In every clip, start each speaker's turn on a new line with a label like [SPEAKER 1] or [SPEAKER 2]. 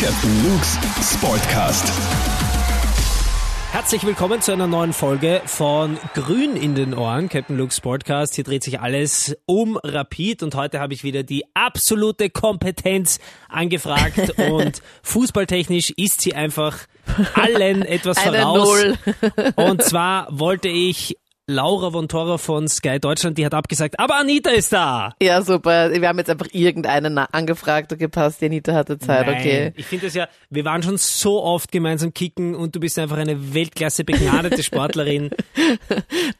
[SPEAKER 1] Captain Luke's Sportcast.
[SPEAKER 2] Herzlich willkommen zu einer neuen Folge von Grün in den Ohren, Captain Luke's Podcast. Hier dreht sich alles um Rapid und heute habe ich wieder die absolute Kompetenz angefragt und fußballtechnisch ist sie einfach allen etwas
[SPEAKER 3] Eine
[SPEAKER 2] voraus.
[SPEAKER 3] Null.
[SPEAKER 2] Und zwar wollte ich Laura von Tora von Sky Deutschland, die hat abgesagt, aber Anita ist da.
[SPEAKER 3] Ja, super. Wir haben jetzt einfach irgendeinen na- angefragt. Okay, passt. Die Anita hatte Zeit.
[SPEAKER 2] Nein.
[SPEAKER 3] Okay.
[SPEAKER 2] Ich finde es ja, wir waren schon so oft gemeinsam kicken und du bist einfach eine Weltklasse begnadete Sportlerin.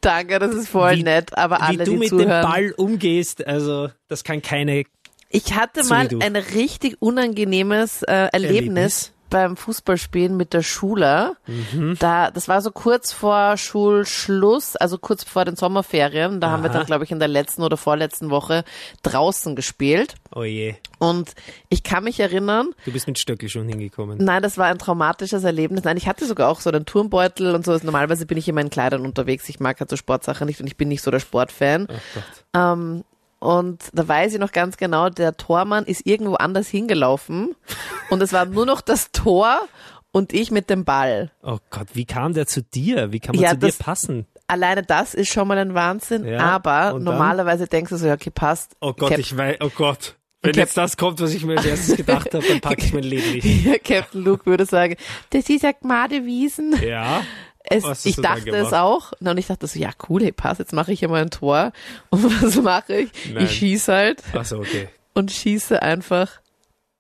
[SPEAKER 3] Danke, das ist voll
[SPEAKER 2] Wie-
[SPEAKER 3] nett. Aber alle,
[SPEAKER 2] wie du
[SPEAKER 3] die
[SPEAKER 2] mit
[SPEAKER 3] zuhören.
[SPEAKER 2] dem Ball umgehst, also das kann keine.
[SPEAKER 3] ich hatte
[SPEAKER 2] So
[SPEAKER 3] mal
[SPEAKER 2] wie du.
[SPEAKER 3] ein richtig unangenehmes äh, Erlebnis,
[SPEAKER 2] Erlebnis? Mhm.
[SPEAKER 3] beim Fußballspielen mit der Schule. Da, das war so kurz vor Schulschluss, also kurz vor den Sommerferien. Da haben wir dann, glaube ich, in der letzten oder vorletzten Woche draußen gespielt.
[SPEAKER 2] Oh je,
[SPEAKER 3] Und ich kann mich erinnern,
[SPEAKER 2] du bist mit Stöckelschuhen hingekommen.
[SPEAKER 3] Nein, das war ein traumatisches Erlebnis. Nein, ich hatte sogar auch so einen Turmbeutel und sowas. Normalerweise bin ich immer in Kleidern unterwegs. Ich mag halt so Sportsachen nicht und ich bin nicht so der Sportfan. ähm, und da weiß ich noch ganz genau, der Tormann ist irgendwo anders hingelaufen und es war nur noch das Tor und ich mit dem Ball.
[SPEAKER 2] Oh Gott, wie kam der zu dir? Wie kann man
[SPEAKER 3] Ja,
[SPEAKER 2] zu dir
[SPEAKER 3] das-
[SPEAKER 2] passen?
[SPEAKER 3] Alleine das ist schon mal ein Wahnsinn,
[SPEAKER 2] Ja,
[SPEAKER 3] aber
[SPEAKER 2] und dann?
[SPEAKER 3] normalerweise denkst du so, ja, okay, passt.
[SPEAKER 2] Oh Gott,
[SPEAKER 3] Cap-
[SPEAKER 2] ich weiß, oh Gott. Wenn
[SPEAKER 3] Cap-
[SPEAKER 2] jetzt das kommt, was ich mir als erstes gedacht habe, dann packe ich mein Leben nicht.
[SPEAKER 3] Ja, Captain Luke würde sagen, das ist ja Gmade Wiesen.
[SPEAKER 2] Ja. Was
[SPEAKER 3] Es,
[SPEAKER 2] hast
[SPEAKER 3] ich
[SPEAKER 2] du dann
[SPEAKER 3] dachte
[SPEAKER 2] gemacht?
[SPEAKER 3] es auch. Na, Und ich dachte so, ja cool, hey, pass, jetzt mache ich hier mal ein Tor. Und was mache ich?
[SPEAKER 2] Nein.
[SPEAKER 3] Ich schieße halt
[SPEAKER 2] Also okay.
[SPEAKER 3] und schieße einfach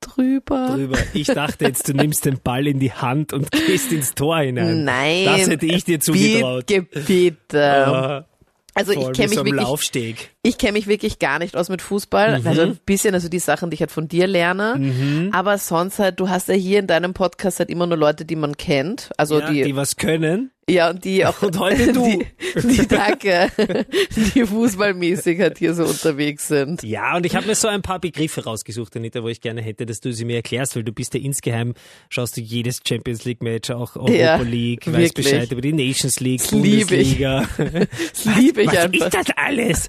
[SPEAKER 3] drüber.
[SPEAKER 2] Drüber. Ich dachte jetzt, du nimmst den Ball in die Hand und gehst ins Tor hinein.
[SPEAKER 3] Nein.
[SPEAKER 2] Das hätte ich dir zugetraut.
[SPEAKER 3] Bitte, bitte.
[SPEAKER 2] Ah,
[SPEAKER 3] Also
[SPEAKER 2] vor
[SPEAKER 3] ich
[SPEAKER 2] allem
[SPEAKER 3] kenne
[SPEAKER 2] so
[SPEAKER 3] mich
[SPEAKER 2] am
[SPEAKER 3] wirklich
[SPEAKER 2] Laufsteg.
[SPEAKER 3] ich kenne mich wirklich gar nicht aus mit Fußball.
[SPEAKER 2] Mhm.
[SPEAKER 3] Also ein bisschen, also die Sachen, die ich halt von dir lerne. Aber sonst halt, du hast ja hier in deinem Podcast halt immer nur Leute, die man kennt. Also
[SPEAKER 2] ja, die, was können.
[SPEAKER 3] Ja, und die auch.
[SPEAKER 2] Und heute Also du.
[SPEAKER 3] Die, die danke, die fußballmäßig halt hier so unterwegs sind.
[SPEAKER 2] Ja, und ich habe mir so ein paar Begriffe rausgesucht, Anita, wo ich gerne hätte, dass du sie mir erklärst, weil du bist ja insgeheim, schaust du jedes Champions League Match, auch Europa
[SPEAKER 3] Ja,
[SPEAKER 2] League, weißt
[SPEAKER 3] wirklich.
[SPEAKER 2] Bescheid über die Nations League,
[SPEAKER 3] Das liebe ich.
[SPEAKER 2] Bundesliga.
[SPEAKER 3] Das liebe ich
[SPEAKER 2] Was
[SPEAKER 3] einfach.
[SPEAKER 2] ist das alles?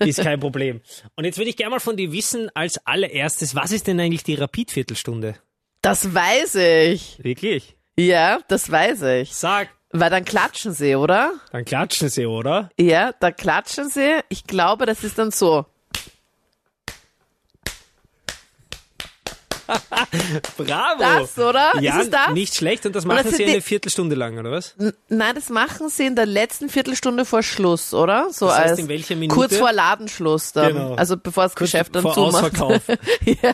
[SPEAKER 2] Ist kein Problem. Und jetzt würde ich gerne mal von dir wissen, als allererstes, was ist denn eigentlich die Rapid-Viertelstunde?
[SPEAKER 3] Das weiß ich.
[SPEAKER 2] Wirklich?
[SPEAKER 3] Ja, das weiß ich.
[SPEAKER 2] Sag.
[SPEAKER 3] Weil dann klatschen sie, oder?
[SPEAKER 2] Dann klatschen sie, oder?
[SPEAKER 3] Ja, da klatschen sie. Ich glaube, das ist dann so.
[SPEAKER 2] Bravo!
[SPEAKER 3] Das, oder?
[SPEAKER 2] Ja,
[SPEAKER 3] Ist es das?
[SPEAKER 2] nicht schlecht. Und das
[SPEAKER 3] das
[SPEAKER 2] machen sie
[SPEAKER 3] sind
[SPEAKER 2] eine
[SPEAKER 3] die-
[SPEAKER 2] Viertelstunde lang, oder was?
[SPEAKER 3] N- Nein, das machen sie in der letzten Viertelstunde vor Schluss, oder? So
[SPEAKER 2] Das heißt,
[SPEAKER 3] als
[SPEAKER 2] in welcher Minute?
[SPEAKER 3] kurz vor Ladenschluss dann.
[SPEAKER 2] Genau.
[SPEAKER 3] Also bevor das Geschäft dann
[SPEAKER 2] vor
[SPEAKER 3] zumacht.
[SPEAKER 2] Ausverkauf.
[SPEAKER 3] ja,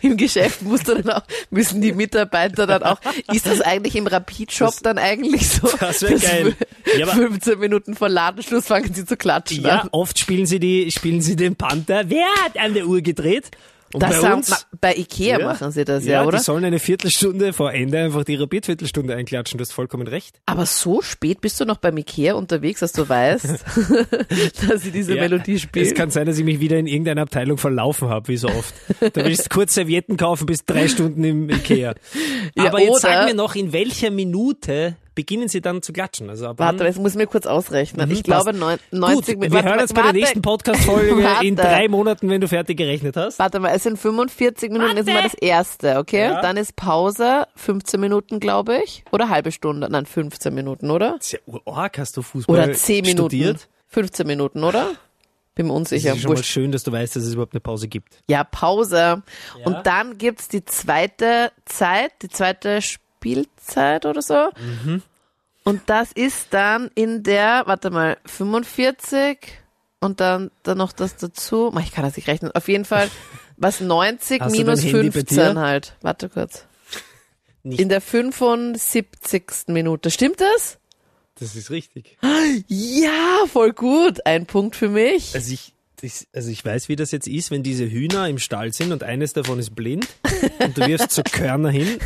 [SPEAKER 3] im Geschäft musst du dann auch, müssen die Mitarbeiter dann auch. Ist das eigentlich im Rapid-Shop dann eigentlich so?
[SPEAKER 2] das wär
[SPEAKER 3] dass
[SPEAKER 2] geil.
[SPEAKER 3] fü-
[SPEAKER 2] Ja, aber-
[SPEAKER 3] 15 Minuten vor Ladenschluss fangen sie zu klatschen
[SPEAKER 2] Ja,
[SPEAKER 3] an.
[SPEAKER 2] oft spielen sie, die, spielen sie den Panther. Wer hat an der Uhr gedreht? Und
[SPEAKER 3] Das
[SPEAKER 2] bei
[SPEAKER 3] haben-
[SPEAKER 2] uns,
[SPEAKER 3] ma- bei Ikea
[SPEAKER 2] Ja.
[SPEAKER 3] machen sie das ja, oder?
[SPEAKER 2] die sollen eine Viertelstunde vor Ende einfach die Rapid-Viertelstunde einklatschen. Du hast vollkommen recht.
[SPEAKER 3] Aber so spät bist du noch beim Ikea unterwegs, dass du weißt, dass sie diese
[SPEAKER 2] Ja,
[SPEAKER 3] Melodie spielen.
[SPEAKER 2] Es kann sein, dass ich mich wieder in irgendeiner Abteilung verlaufen habe, wie so oft. Du willst kurz Servietten kaufen, bis drei Stunden im Ikea.
[SPEAKER 3] Ja,
[SPEAKER 2] Aber jetzt
[SPEAKER 3] oder-
[SPEAKER 2] sag mir noch, in welcher Minute beginnen sie dann zu klatschen? Also ab
[SPEAKER 3] Warte,
[SPEAKER 2] wann-
[SPEAKER 3] jetzt muss ich mir kurz ausrechnen.
[SPEAKER 2] Mhm,
[SPEAKER 3] ich glaube,
[SPEAKER 2] passt.
[SPEAKER 3] neun- 90
[SPEAKER 2] Gut, wir
[SPEAKER 3] warte,
[SPEAKER 2] hören uns bei der
[SPEAKER 3] warte,
[SPEAKER 2] nächsten Podcast-Folge in
[SPEAKER 3] Warte.
[SPEAKER 2] drei Monaten, wenn du fertig gerechnet hast.
[SPEAKER 3] Warte mal, es sind 45 Minuten, ist mal das erste, okay?
[SPEAKER 2] Ja.
[SPEAKER 3] Dann ist Pause, 15 Minuten, glaube ich. Oder halbe Stunde, nein, 15 Minuten, oder?
[SPEAKER 2] Das ist ja urarg, hast du Fußball
[SPEAKER 3] Oder 10 Minuten.
[SPEAKER 2] Äh, studiert?
[SPEAKER 3] 15 Minuten, oder? Bin mir
[SPEAKER 2] Es
[SPEAKER 3] unsicher.
[SPEAKER 2] ist schon mal
[SPEAKER 3] Wurscht.
[SPEAKER 2] schön, dass du weißt, dass es überhaupt eine Pause gibt.
[SPEAKER 3] Ja, Pause. Und dann gibt's die zweite Zeit, die zweite Spielzeit oder so.
[SPEAKER 2] Mhm.
[SPEAKER 3] Und das ist dann in der, warte mal, 45 und dann, dann noch das dazu. Ma, Ich kann das nicht rechnen. Auf jeden Fall, was 90
[SPEAKER 2] Hast du
[SPEAKER 3] minus
[SPEAKER 2] dein Handy bei
[SPEAKER 3] 15
[SPEAKER 2] dir?
[SPEAKER 3] halt. Warte kurz.
[SPEAKER 2] Nicht.
[SPEAKER 3] In der 75. Minute. Stimmt das?
[SPEAKER 2] Das ist richtig.
[SPEAKER 3] Ja, voll gut. Ein Punkt für mich.
[SPEAKER 2] Also ich, ich, also ich weiß, wie das jetzt ist, wenn diese Hühner im Stall sind und eines davon ist blind und du wirfst so Körner hin.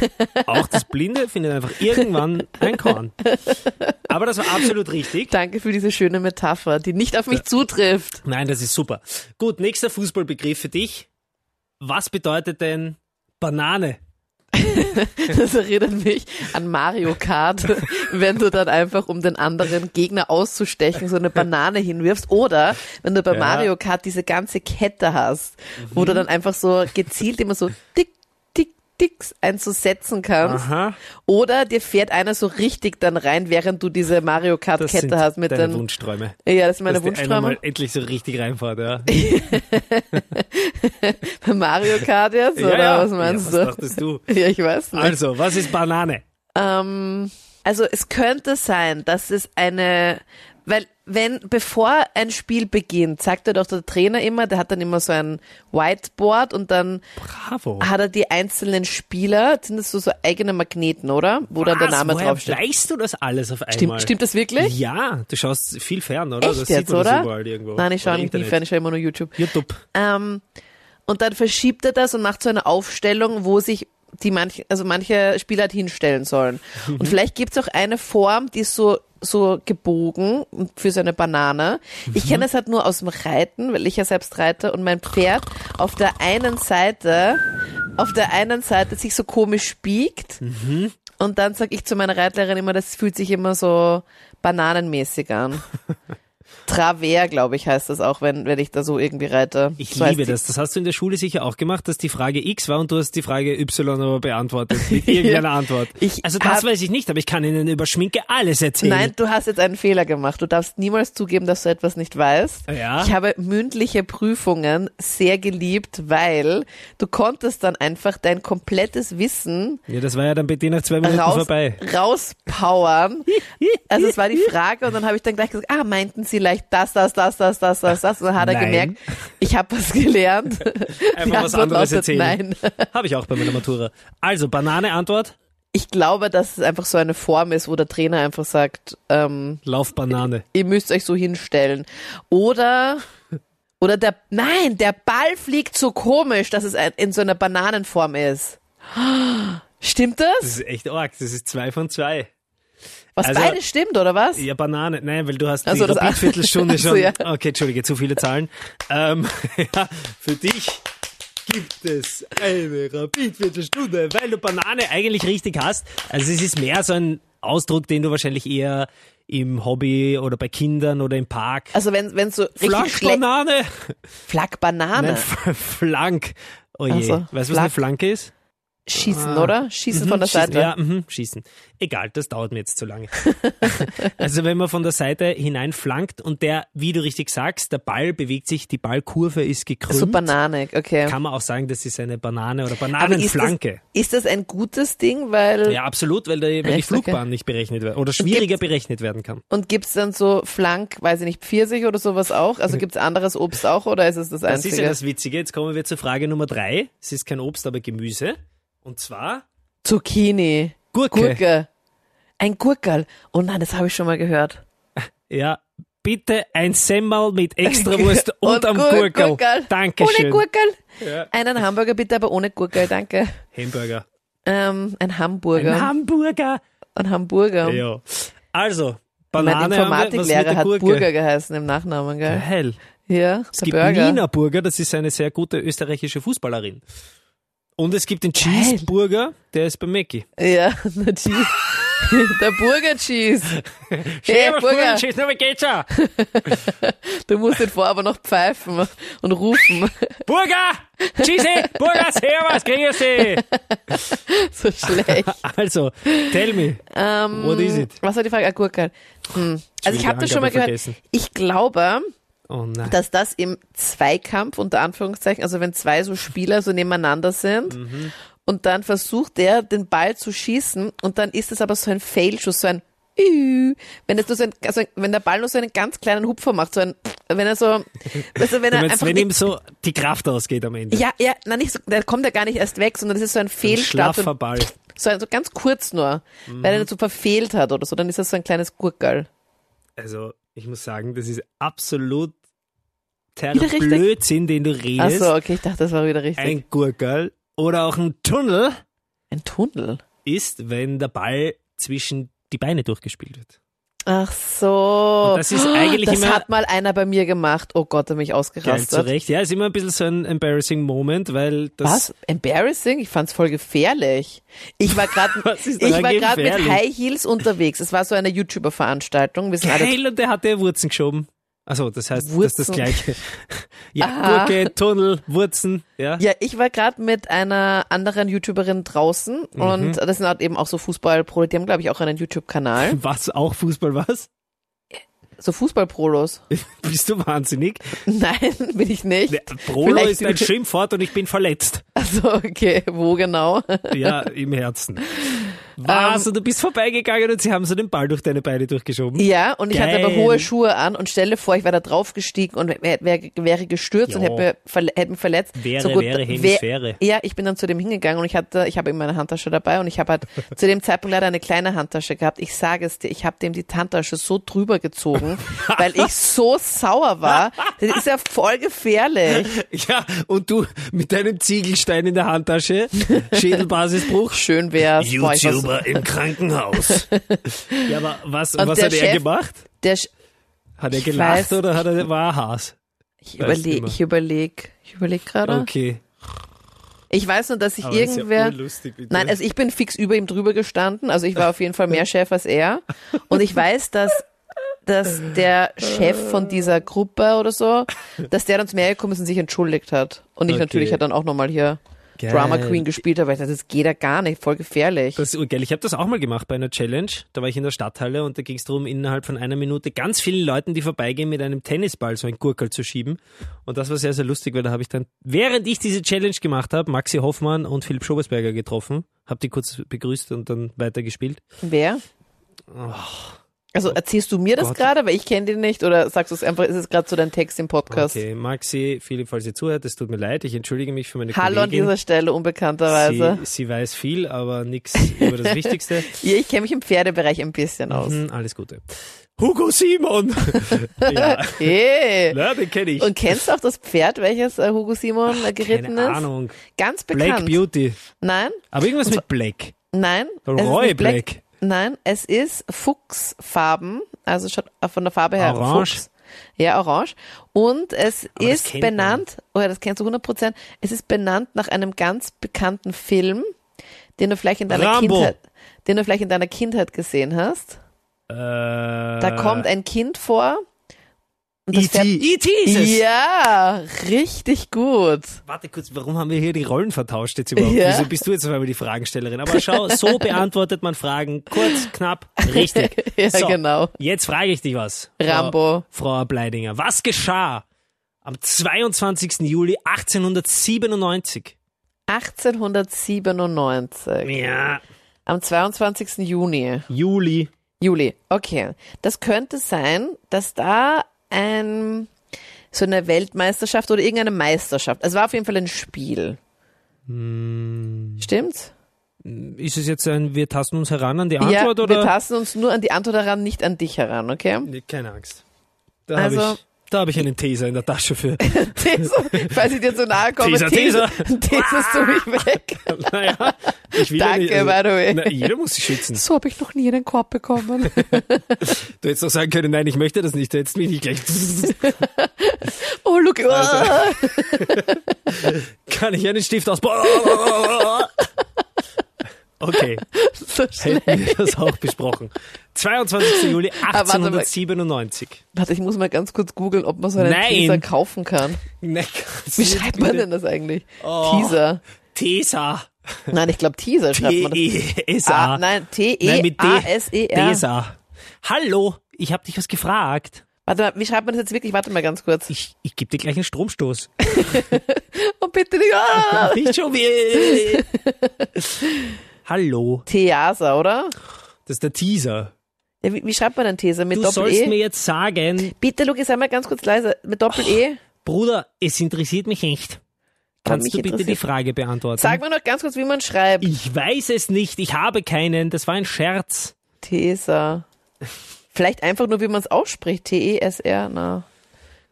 [SPEAKER 2] Auch das Blinde findet einfach irgendwann ein Korn. Aber das war absolut richtig.
[SPEAKER 3] Danke für diese schöne Metapher, die nicht auf mich zutrifft.
[SPEAKER 2] Nein, das ist super. Gut, nächster Fußballbegriff für dich. Was bedeutet denn Banane?
[SPEAKER 3] Das erinnert mich an Mario Kart, wenn du dann einfach, um den anderen Gegner auszustechen, so eine Banane hinwirfst. Oder wenn du bei
[SPEAKER 2] Ja. Mhm.
[SPEAKER 3] Mario Kart diese ganze Kette hast, wo du dann einfach so gezielt immer so tick, tick, Dicks einzusetzen kannst.
[SPEAKER 2] Aha,
[SPEAKER 3] Oder dir fährt einer so richtig dann rein, während du diese Mario Kart
[SPEAKER 2] das
[SPEAKER 3] Kette
[SPEAKER 2] sind
[SPEAKER 3] hast mit
[SPEAKER 2] deine
[SPEAKER 3] den.
[SPEAKER 2] Wunschträume.
[SPEAKER 3] Ja, das ist meine
[SPEAKER 2] Dass die einer
[SPEAKER 3] Wunschträume.
[SPEAKER 2] mal endlich so richtig reinfahrt, ja.
[SPEAKER 3] Bei Mario Kart jetzt,
[SPEAKER 2] ja,
[SPEAKER 3] oder
[SPEAKER 2] ja.
[SPEAKER 3] was meinst
[SPEAKER 2] ja,
[SPEAKER 3] du?
[SPEAKER 2] Was dachtest du?
[SPEAKER 3] Ja, ich weiß nicht.
[SPEAKER 2] Also, was ist Banane?
[SPEAKER 3] Ähm, also es könnte sein, dass es eine, weil wenn bevor ein Spiel beginnt, sagt er doch der Trainer immer, der hat dann immer so ein Whiteboard und dann
[SPEAKER 2] Bravo.
[SPEAKER 3] hat er die einzelnen Spieler, sind das so, so eigene Magneten, oder? Wo dann der
[SPEAKER 2] Was?
[SPEAKER 3] Name
[SPEAKER 2] Woher
[SPEAKER 3] draufsteht.
[SPEAKER 2] Weißt du das alles auf einmal?
[SPEAKER 3] Stimmt, stimmt das wirklich?
[SPEAKER 2] Ja, du schaust viel fern, oder?
[SPEAKER 3] Echt
[SPEAKER 2] das sieht
[SPEAKER 3] jetzt,
[SPEAKER 2] man Das
[SPEAKER 3] oder?
[SPEAKER 2] überall irgendwo.
[SPEAKER 3] Nein, ich schaue
[SPEAKER 2] Oder
[SPEAKER 3] nicht
[SPEAKER 2] Internet.
[SPEAKER 3] fern, ich schaue immer nur YouTube.
[SPEAKER 2] YouTube.
[SPEAKER 3] Ähm, und dann verschiebt er das und macht so eine Aufstellung, wo sich die manch, also manche Spieler halt hinstellen sollen.
[SPEAKER 2] Mhm.
[SPEAKER 3] Und vielleicht gibt's auch eine Form, die ist so, so gebogen und für so eine Banane.
[SPEAKER 2] Mhm.
[SPEAKER 3] Ich kenne es halt nur aus dem Reiten, weil ich ja selbst reite und mein Pferd auf der einen Seite, auf der einen Seite sich so komisch biegt.
[SPEAKER 2] Mhm.
[SPEAKER 3] Und dann sag ich zu meiner Reitlehrerin immer, das fühlt sich immer so bananenmäßig an. Travers, glaube ich, heißt das auch, wenn, wenn ich da so irgendwie reite.
[SPEAKER 2] Ich
[SPEAKER 3] so heißt
[SPEAKER 2] liebe
[SPEAKER 3] die-
[SPEAKER 2] das. Das hast du in der Schule sicher auch gemacht, dass die Frage X war und du hast die Frage Y aber beantwortet. Mit irgendeiner Antwort.
[SPEAKER 3] Ich
[SPEAKER 2] also das
[SPEAKER 3] hab-
[SPEAKER 2] weiß ich nicht, aber ich kann Ihnen über Schminke alles erzählen.
[SPEAKER 3] Nein, du hast jetzt einen Fehler gemacht. Du darfst niemals zugeben, dass du etwas nicht weißt.
[SPEAKER 2] Ja.
[SPEAKER 3] Ich habe mündliche Prüfungen sehr geliebt, weil du konntest dann einfach dein komplettes Wissen
[SPEAKER 2] Ja, das war ja dann bei dir nach zwei Minuten
[SPEAKER 3] raus,
[SPEAKER 2] vorbei.
[SPEAKER 3] rauspowern. Also es war die Frage und dann habe ich dann gleich gesagt, ah, meinten Sie leicht das, das, das, das, das, das, das? Und dann hat er
[SPEAKER 2] Nein.
[SPEAKER 3] gemerkt, ich habe was gelernt. Die
[SPEAKER 2] Einfach was
[SPEAKER 3] Antwort
[SPEAKER 2] anderes
[SPEAKER 3] lautet
[SPEAKER 2] erzählen.
[SPEAKER 3] Nein.
[SPEAKER 2] Habe ich auch bei meiner Matura. Also, Banane Antwort,
[SPEAKER 3] Ich glaube, dass es einfach so eine Form ist, wo der Trainer einfach sagt, ähm,
[SPEAKER 2] Lauf Banane.
[SPEAKER 3] ihr müsst euch so hinstellen. Oder, oder der, nein, der Ball fliegt so komisch, dass es ein, in so einer Bananenform ist. Stimmt das?
[SPEAKER 2] Das ist echt arg. Das ist zwei von zwei.
[SPEAKER 3] Was
[SPEAKER 2] also-
[SPEAKER 3] beides stimmt, oder was?
[SPEAKER 2] Ja, Banane. Nein, weil du hast
[SPEAKER 3] Ach so,
[SPEAKER 2] die
[SPEAKER 3] das-
[SPEAKER 2] Rapidviertelstunde
[SPEAKER 3] Ach so,
[SPEAKER 2] schon.
[SPEAKER 3] ja.
[SPEAKER 2] Okay, Entschuldige, zu viele Zahlen. Ähm, ja, für dich gibt es eine Rapidviertelstunde, weil du Banane eigentlich richtig hast. Also es ist mehr so ein Ausdruck, den du wahrscheinlich eher im Hobby oder bei Kindern oder im Park.
[SPEAKER 3] Also wenn, wenn so richtig schlecht,
[SPEAKER 2] Flankbanane!
[SPEAKER 3] Flack Banane.
[SPEAKER 2] Nein, F- Flank. Oh je.
[SPEAKER 3] Ach so,
[SPEAKER 2] weißt du, was eine
[SPEAKER 3] Flank.
[SPEAKER 2] Flanke ist?
[SPEAKER 3] Schießen, oder? Schießen
[SPEAKER 2] Mhm,
[SPEAKER 3] von der
[SPEAKER 2] schießen,
[SPEAKER 3] Seite.
[SPEAKER 2] Ja, mhm, schießen. Egal, das dauert mir jetzt zu lange. also wenn man von der Seite hineinflankt und der, wie du richtig sagst, der Ball bewegt sich, die Ballkurve ist gekrümmt,
[SPEAKER 3] So bananig, okay.
[SPEAKER 2] kann man auch sagen, das ist eine Banane oder
[SPEAKER 3] Aber ist das,
[SPEAKER 2] Bananenflanke.
[SPEAKER 3] ist das ein gutes Ding, weil
[SPEAKER 2] Ja, absolut, weil, die, weil die
[SPEAKER 3] Echt? Okay.
[SPEAKER 2] Flugbahn nicht berechnet wird oder schwieriger
[SPEAKER 3] gibt's-
[SPEAKER 2] berechnet werden kann.
[SPEAKER 3] und gibt's dann so Flank, weiß ich nicht, Pfirsich oder sowas auch? Also gibt's anderes Obst auch oder ist es das
[SPEAKER 2] Das
[SPEAKER 3] einzige?
[SPEAKER 2] ist ja das Witzige. Jetzt kommen wir zur Frage Nummer drei. Es ist kein Obst, aber Gemüse. Und zwar
[SPEAKER 3] Zucchini.
[SPEAKER 2] Gurke.
[SPEAKER 3] Gurke. Ein Gurkerl. Oh nein, das habe ich schon mal gehört.
[SPEAKER 2] Ja, bitte ein Semmel mit Extrawurst und, am
[SPEAKER 3] Gur-
[SPEAKER 2] Gurkel. Dankeschön.
[SPEAKER 3] Ohne Gurkel.
[SPEAKER 2] Ja.
[SPEAKER 3] Einen Hamburger bitte, aber ohne Gurkel, danke.
[SPEAKER 2] Hamburger.
[SPEAKER 3] Ähm, ein Hamburger.
[SPEAKER 2] Ein
[SPEAKER 3] Ein,
[SPEAKER 2] Hamburger.
[SPEAKER 3] Hamburger.
[SPEAKER 2] Ja. Also, Banane
[SPEAKER 3] mein Informatiklehrer
[SPEAKER 2] haben wir, was mit
[SPEAKER 3] hat
[SPEAKER 2] der Gurke? Äh,
[SPEAKER 3] Burger geheißen im Nachnamen, gell?
[SPEAKER 2] Hell.
[SPEAKER 3] Ja,
[SPEAKER 2] Es
[SPEAKER 3] der
[SPEAKER 2] gibt
[SPEAKER 3] Burger.
[SPEAKER 2] Nina Burger, das ist eine sehr gute österreichische Fußballerin. Und es gibt den Cheeseburger, der ist bei Mackie.
[SPEAKER 3] Ja, der Cheese. der Burger Cheese. Hey,
[SPEAKER 2] Servus,
[SPEAKER 3] Burger.
[SPEAKER 2] Cheese, na, wie geht's auch?
[SPEAKER 3] Du musst den vor aber noch pfeifen und rufen.
[SPEAKER 2] Burger! Cheese! Burger, servus, grüß dich!
[SPEAKER 3] so schlecht.
[SPEAKER 2] Also, tell me,
[SPEAKER 3] Ähm,
[SPEAKER 2] what is it?
[SPEAKER 3] Was war die Frage? Ah, Gurke. Hm. Also ich habe das schon mal
[SPEAKER 2] Angabe
[SPEAKER 3] gehört.
[SPEAKER 2] vergessen.
[SPEAKER 3] Ich glaube,
[SPEAKER 2] Oh nein.
[SPEAKER 3] dass das im Zweikampf unter Anführungszeichen, also wenn zwei so Spieler so nebeneinander sind
[SPEAKER 2] Mhm.
[SPEAKER 3] und dann versucht der den Ball zu schießen und dann ist es aber so ein Failschuss, so ein Ü. wenn das nur so ein, also wenn der Ball nur so einen ganz kleinen Hupfer macht, so ein wenn er so also wenn
[SPEAKER 2] Du
[SPEAKER 3] er
[SPEAKER 2] meinst,
[SPEAKER 3] einfach
[SPEAKER 2] wenn ihm
[SPEAKER 3] nicht,
[SPEAKER 2] so die Kraft ausgeht am Ende.
[SPEAKER 3] ja, ja, na nicht so, der kommt ja gar nicht erst weg, sondern das ist so ein
[SPEAKER 2] Ein
[SPEAKER 3] Fehlstart,
[SPEAKER 2] schlaffer Mhm.
[SPEAKER 3] und
[SPEAKER 2] Ball.
[SPEAKER 3] so, ein- so ganz kurz nur, weil er das so verfehlt hat oder so, dann ist das so ein kleines Gurkerl.
[SPEAKER 2] Also, ich muss sagen, das ist absolut
[SPEAKER 3] richtig?
[SPEAKER 2] Blödsinn, den du
[SPEAKER 3] Ach
[SPEAKER 2] redest.
[SPEAKER 3] so, okay, ich dachte, das war wieder richtig.
[SPEAKER 2] Ein Gurkerl oder auch ein Tunnel
[SPEAKER 3] ein Tunnel.
[SPEAKER 2] ist, wenn der Ball zwischen die Beine durchgespielt wird.
[SPEAKER 3] Ach so.
[SPEAKER 2] Und das ist eigentlich
[SPEAKER 3] das
[SPEAKER 2] immer-
[SPEAKER 3] hat mal einer bei mir gemacht. Oh Gott, hat mich
[SPEAKER 2] Geil, zu
[SPEAKER 3] ausgerastet.
[SPEAKER 2] Recht. Ja, ist immer ein bisschen so ein embarrassing Moment, weil das
[SPEAKER 3] Was? Embarrassing? Ich fand's voll gefährlich. Ich war gerade
[SPEAKER 2] Was ist
[SPEAKER 3] ich
[SPEAKER 2] daran
[SPEAKER 3] war gerade mit
[SPEAKER 2] gefährlich?
[SPEAKER 3] High Heels unterwegs. Es war so eine YouTuber Veranstaltung. Wir sind alle
[SPEAKER 2] geil und der hat dir Wurzeln geschoben. Also das heißt, das ist das
[SPEAKER 3] Wurzeln.
[SPEAKER 2] Gleiche. Ja,
[SPEAKER 3] Aha.
[SPEAKER 2] Gurke, Tunnel, Wurzen, ja.
[SPEAKER 3] Ah. Ja, ich war gerade mit einer anderen YouTuberin draußen
[SPEAKER 2] Mhm.
[SPEAKER 3] und das sind halt eben auch so Fußballprole, die haben glaube ich auch einen YouTube-Kanal.
[SPEAKER 2] Was auch Fußball was?
[SPEAKER 3] So Fußballprolos.
[SPEAKER 2] Bist du wahnsinnig?
[SPEAKER 3] Nein, bin ich nicht.
[SPEAKER 2] Ne, Prolo
[SPEAKER 3] Vielleicht
[SPEAKER 2] ist ein
[SPEAKER 3] über-
[SPEAKER 2] Schimpfwort und ich bin verletzt.
[SPEAKER 3] Also okay, wo genau?
[SPEAKER 2] Ja, im Herzen. Was?
[SPEAKER 3] Ähm.
[SPEAKER 2] und du bist vorbeigegangen und sie haben so den Ball durch deine Beine durchgeschoben.
[SPEAKER 3] Ja, und ich hatte aber
[SPEAKER 2] Geil.
[SPEAKER 3] hohe Schuhe an und stelle vor, ich wäre da draufgestiegen und wär, wär, wäre gestürzt und
[SPEAKER 2] Ja.
[SPEAKER 3] hätte mir verle hätte mich verletzt.
[SPEAKER 2] Wäre,
[SPEAKER 3] so gut,
[SPEAKER 2] wäre,
[SPEAKER 3] wär-
[SPEAKER 2] Hemisphäre.
[SPEAKER 3] Ja, ich bin dann zu dem hingegangen und ich hatte, ich habe eben meine Handtasche dabei und ich habe halt zu dem Zeitpunkt leider eine kleine Handtasche gehabt. Ich sage es dir, ich habe dem die Handtasche so drüber gezogen, weil ich so sauer war. Das ist ja voll gefährlich.
[SPEAKER 2] Ja, und du mit deinem Ziegelstein in der Handtasche, Schädelbasisbruch.
[SPEAKER 3] Schön wär's. Boah, ich war so-
[SPEAKER 2] im Krankenhaus. ja, aber was,
[SPEAKER 3] Und
[SPEAKER 2] was
[SPEAKER 3] der
[SPEAKER 2] hat er
[SPEAKER 3] Chef-
[SPEAKER 2] gemacht?
[SPEAKER 3] Der, Sch-
[SPEAKER 2] Hat er
[SPEAKER 3] Ich
[SPEAKER 2] gelacht
[SPEAKER 3] weiß-
[SPEAKER 2] oder hat er, war er Haas?
[SPEAKER 3] ich
[SPEAKER 2] Weiß nicht
[SPEAKER 3] überlege,
[SPEAKER 2] mehr.
[SPEAKER 3] ich überlege, ich überlege gerade.
[SPEAKER 2] Okay.
[SPEAKER 3] Ich weiß nur, dass ich
[SPEAKER 2] Aber
[SPEAKER 3] irgendwer.
[SPEAKER 2] Ist ja urlustig, bitte.
[SPEAKER 3] Nein, also ich bin fix über ihm drüber gestanden. Also ich war auf jeden Fall mehr Chef als er. Und ich weiß, dass, dass der Chef von dieser Gruppe oder so, dass der dann zu mir gekommen ist und sich entschuldigt hat. Und ich
[SPEAKER 2] Okay.
[SPEAKER 3] natürlich halt dann auch nochmal hier
[SPEAKER 2] Geil.
[SPEAKER 3] Drama Queen gespielt habe, weil ich dachte, das geht ja gar nicht, voll gefährlich.
[SPEAKER 2] Das ist urgeil. Ich habe das auch mal gemacht bei einer Challenge. Da war ich in der Stadthalle und da ging es darum, innerhalb von einer Minute ganz vielen Leuten, die vorbeigehen, mit einem Tennisball so ein Gurkel zu schieben. Und das war sehr, sehr lustig, weil da habe ich dann, während ich diese Challenge gemacht habe, Maxi Hoffmann und Philipp Schobersberger getroffen. Hab die kurz begrüßt und dann weitergespielt.
[SPEAKER 3] Wer? Also erzählst du mir das
[SPEAKER 2] Oh. Gott.
[SPEAKER 3] gerade, weil ich kenne den nicht oder sagst du es einfach, ist es gerade so dein Text im Podcast?
[SPEAKER 2] Okay, Maxi, Philipp, falls ihr zuhört, es tut mir leid. Ich entschuldige mich für meine
[SPEAKER 3] Hallo an
[SPEAKER 2] Kollegin.
[SPEAKER 3] dieser Stelle unbekannterweise.
[SPEAKER 2] sie, sie weiß viel, aber nichts über das Wichtigste.
[SPEAKER 3] Ja, ich kenne mich im Pferdebereich ein bisschen aus.
[SPEAKER 2] Hm, alles Gute. Hugo Simon! ja,
[SPEAKER 3] Hey.
[SPEAKER 2] na, den kenne ich.
[SPEAKER 3] Und kennst du auch das Pferd, welches äh, Hugo Simon äh, geritten
[SPEAKER 2] Keine
[SPEAKER 3] ist?
[SPEAKER 2] Ahnung.
[SPEAKER 3] Ganz
[SPEAKER 2] Black
[SPEAKER 3] bekannt.
[SPEAKER 2] Beauty.
[SPEAKER 3] nein,
[SPEAKER 2] Aber irgendwas mit Black.
[SPEAKER 3] nein. es ist
[SPEAKER 2] Roy
[SPEAKER 3] nicht Black.
[SPEAKER 2] Black.
[SPEAKER 3] Nein, es ist Fuchsfarben, also schon äh, von der Farbe her
[SPEAKER 2] Orange.
[SPEAKER 3] Fuchs. Ja, orange. Und es
[SPEAKER 2] das
[SPEAKER 3] ist
[SPEAKER 2] kennt man.
[SPEAKER 3] benannt, oh ja, das kennst du 100 Prozent, es ist benannt nach einem ganz bekannten Film, den du vielleicht in deiner
[SPEAKER 2] Rambo.
[SPEAKER 3] Kindheit, den du vielleicht in deiner Kindheit gesehen hast.
[SPEAKER 2] Äh,
[SPEAKER 3] Da
[SPEAKER 2] da
[SPEAKER 3] kommt ein Kind vor. und das
[SPEAKER 2] E.T.
[SPEAKER 3] Pferd-
[SPEAKER 2] E.T. Äh, E ist es.
[SPEAKER 3] Ja, richtig gut.
[SPEAKER 2] Warte kurz, warum haben wir hier die Rollen vertauscht jetzt überhaupt?
[SPEAKER 3] Ja.
[SPEAKER 2] Wieso bist du jetzt auf einmal die Fragestellerin? Aber schau, so beantwortet man Fragen. Kurz, knapp, richtig.
[SPEAKER 3] Ja,
[SPEAKER 2] so,
[SPEAKER 3] genau.
[SPEAKER 2] Jetzt frage ich dich was. Frau-
[SPEAKER 3] Rambo.
[SPEAKER 2] Frau Bleidinger, was geschah am 22. Juli 1897?
[SPEAKER 3] 1897.
[SPEAKER 2] Ja,
[SPEAKER 3] Am 22. Juni.
[SPEAKER 2] Juli.
[SPEAKER 3] Juli. Okay. Das könnte sein, dass da ein so eine Weltmeisterschaft oder irgendeine Meisterschaft. Es war auf jeden Fall ein Spiel.
[SPEAKER 2] Hm.
[SPEAKER 3] Stimmt's?
[SPEAKER 2] Ist es jetzt ein, wir tasten uns heran an die
[SPEAKER 3] ja,
[SPEAKER 2] Antwort
[SPEAKER 3] wir
[SPEAKER 2] oder? Hm.
[SPEAKER 3] tasten uns nur an die Antwort heran, nicht an dich heran, okay?
[SPEAKER 2] Nee, keine Angst. Da
[SPEAKER 3] Also-
[SPEAKER 2] habe ich, da hab ich einen Teser in der Tasche für.
[SPEAKER 3] These, falls ich dir zu nahe komme,
[SPEAKER 2] Teaser,
[SPEAKER 3] These, Thesest du mich weg.
[SPEAKER 2] naja, ich will ja
[SPEAKER 3] Danke,
[SPEAKER 2] nicht, also,
[SPEAKER 3] by the way.
[SPEAKER 2] Na, jeder muss sich schützen.
[SPEAKER 3] So habe ich noch nie einen Korb bekommen.
[SPEAKER 2] Du hättest doch sagen können, nein, ich möchte das nicht, du hättest mich nicht gleich.
[SPEAKER 3] Oh, look.
[SPEAKER 2] Also- Kann ich einen Stift aus. Okay,
[SPEAKER 3] so schnell.
[SPEAKER 2] hätten wir das auch besprochen. 22. Juli
[SPEAKER 3] Ah, warte mal.
[SPEAKER 2] 1897.
[SPEAKER 3] Warte, ich muss mal ganz kurz googeln, ob man so einen
[SPEAKER 2] Nein.
[SPEAKER 3] Teaser kaufen kann.
[SPEAKER 2] Na, kannst du
[SPEAKER 3] Wie
[SPEAKER 2] jetzt
[SPEAKER 3] schreibt man
[SPEAKER 2] bitte-
[SPEAKER 3] denn das eigentlich?
[SPEAKER 2] Oh.
[SPEAKER 3] Teaser.
[SPEAKER 2] Teser.
[SPEAKER 3] Nein, ich glaube Teaser schreibt man das.
[SPEAKER 2] T-E-S-A.
[SPEAKER 3] Ah, nein,
[SPEAKER 2] E Nein, mit E D.
[SPEAKER 3] T-E-A-S-E-R.
[SPEAKER 2] Teser. Hallo, ich habe dich was gefragt.
[SPEAKER 3] Warte mal, wie schreibt man das jetzt wirklich? Warte mal ganz kurz.
[SPEAKER 2] Ich, ich gebe dir gleich einen Stromstoß.
[SPEAKER 3] Oh, bitte nicht. Ah!
[SPEAKER 2] Nicht schon wieder. Hallo,
[SPEAKER 3] E Theaser, oder?
[SPEAKER 2] das ist der Teaser.
[SPEAKER 3] Ja, wie, wie schreibt man denn Teaser? Mit
[SPEAKER 2] Du sollst mir
[SPEAKER 3] Doppel-E?
[SPEAKER 2] jetzt sagen,
[SPEAKER 3] Bitte, Luke, sei mal ganz kurz leise. Mit E?
[SPEAKER 2] Oh.
[SPEAKER 3] Doppel-E?
[SPEAKER 2] Bruder, es interessiert mich nicht. Kannst
[SPEAKER 3] mich
[SPEAKER 2] du bitte die
[SPEAKER 3] interessiert-
[SPEAKER 2] Frage beantworten?
[SPEAKER 3] Sag mir noch ganz kurz, wie man schreibt.
[SPEAKER 2] ich weiß es nicht, ich habe keinen, das war ein Scherz.
[SPEAKER 3] Teaser. E Vielleicht einfach nur, wie man es ausspricht. T-E-S-R, na.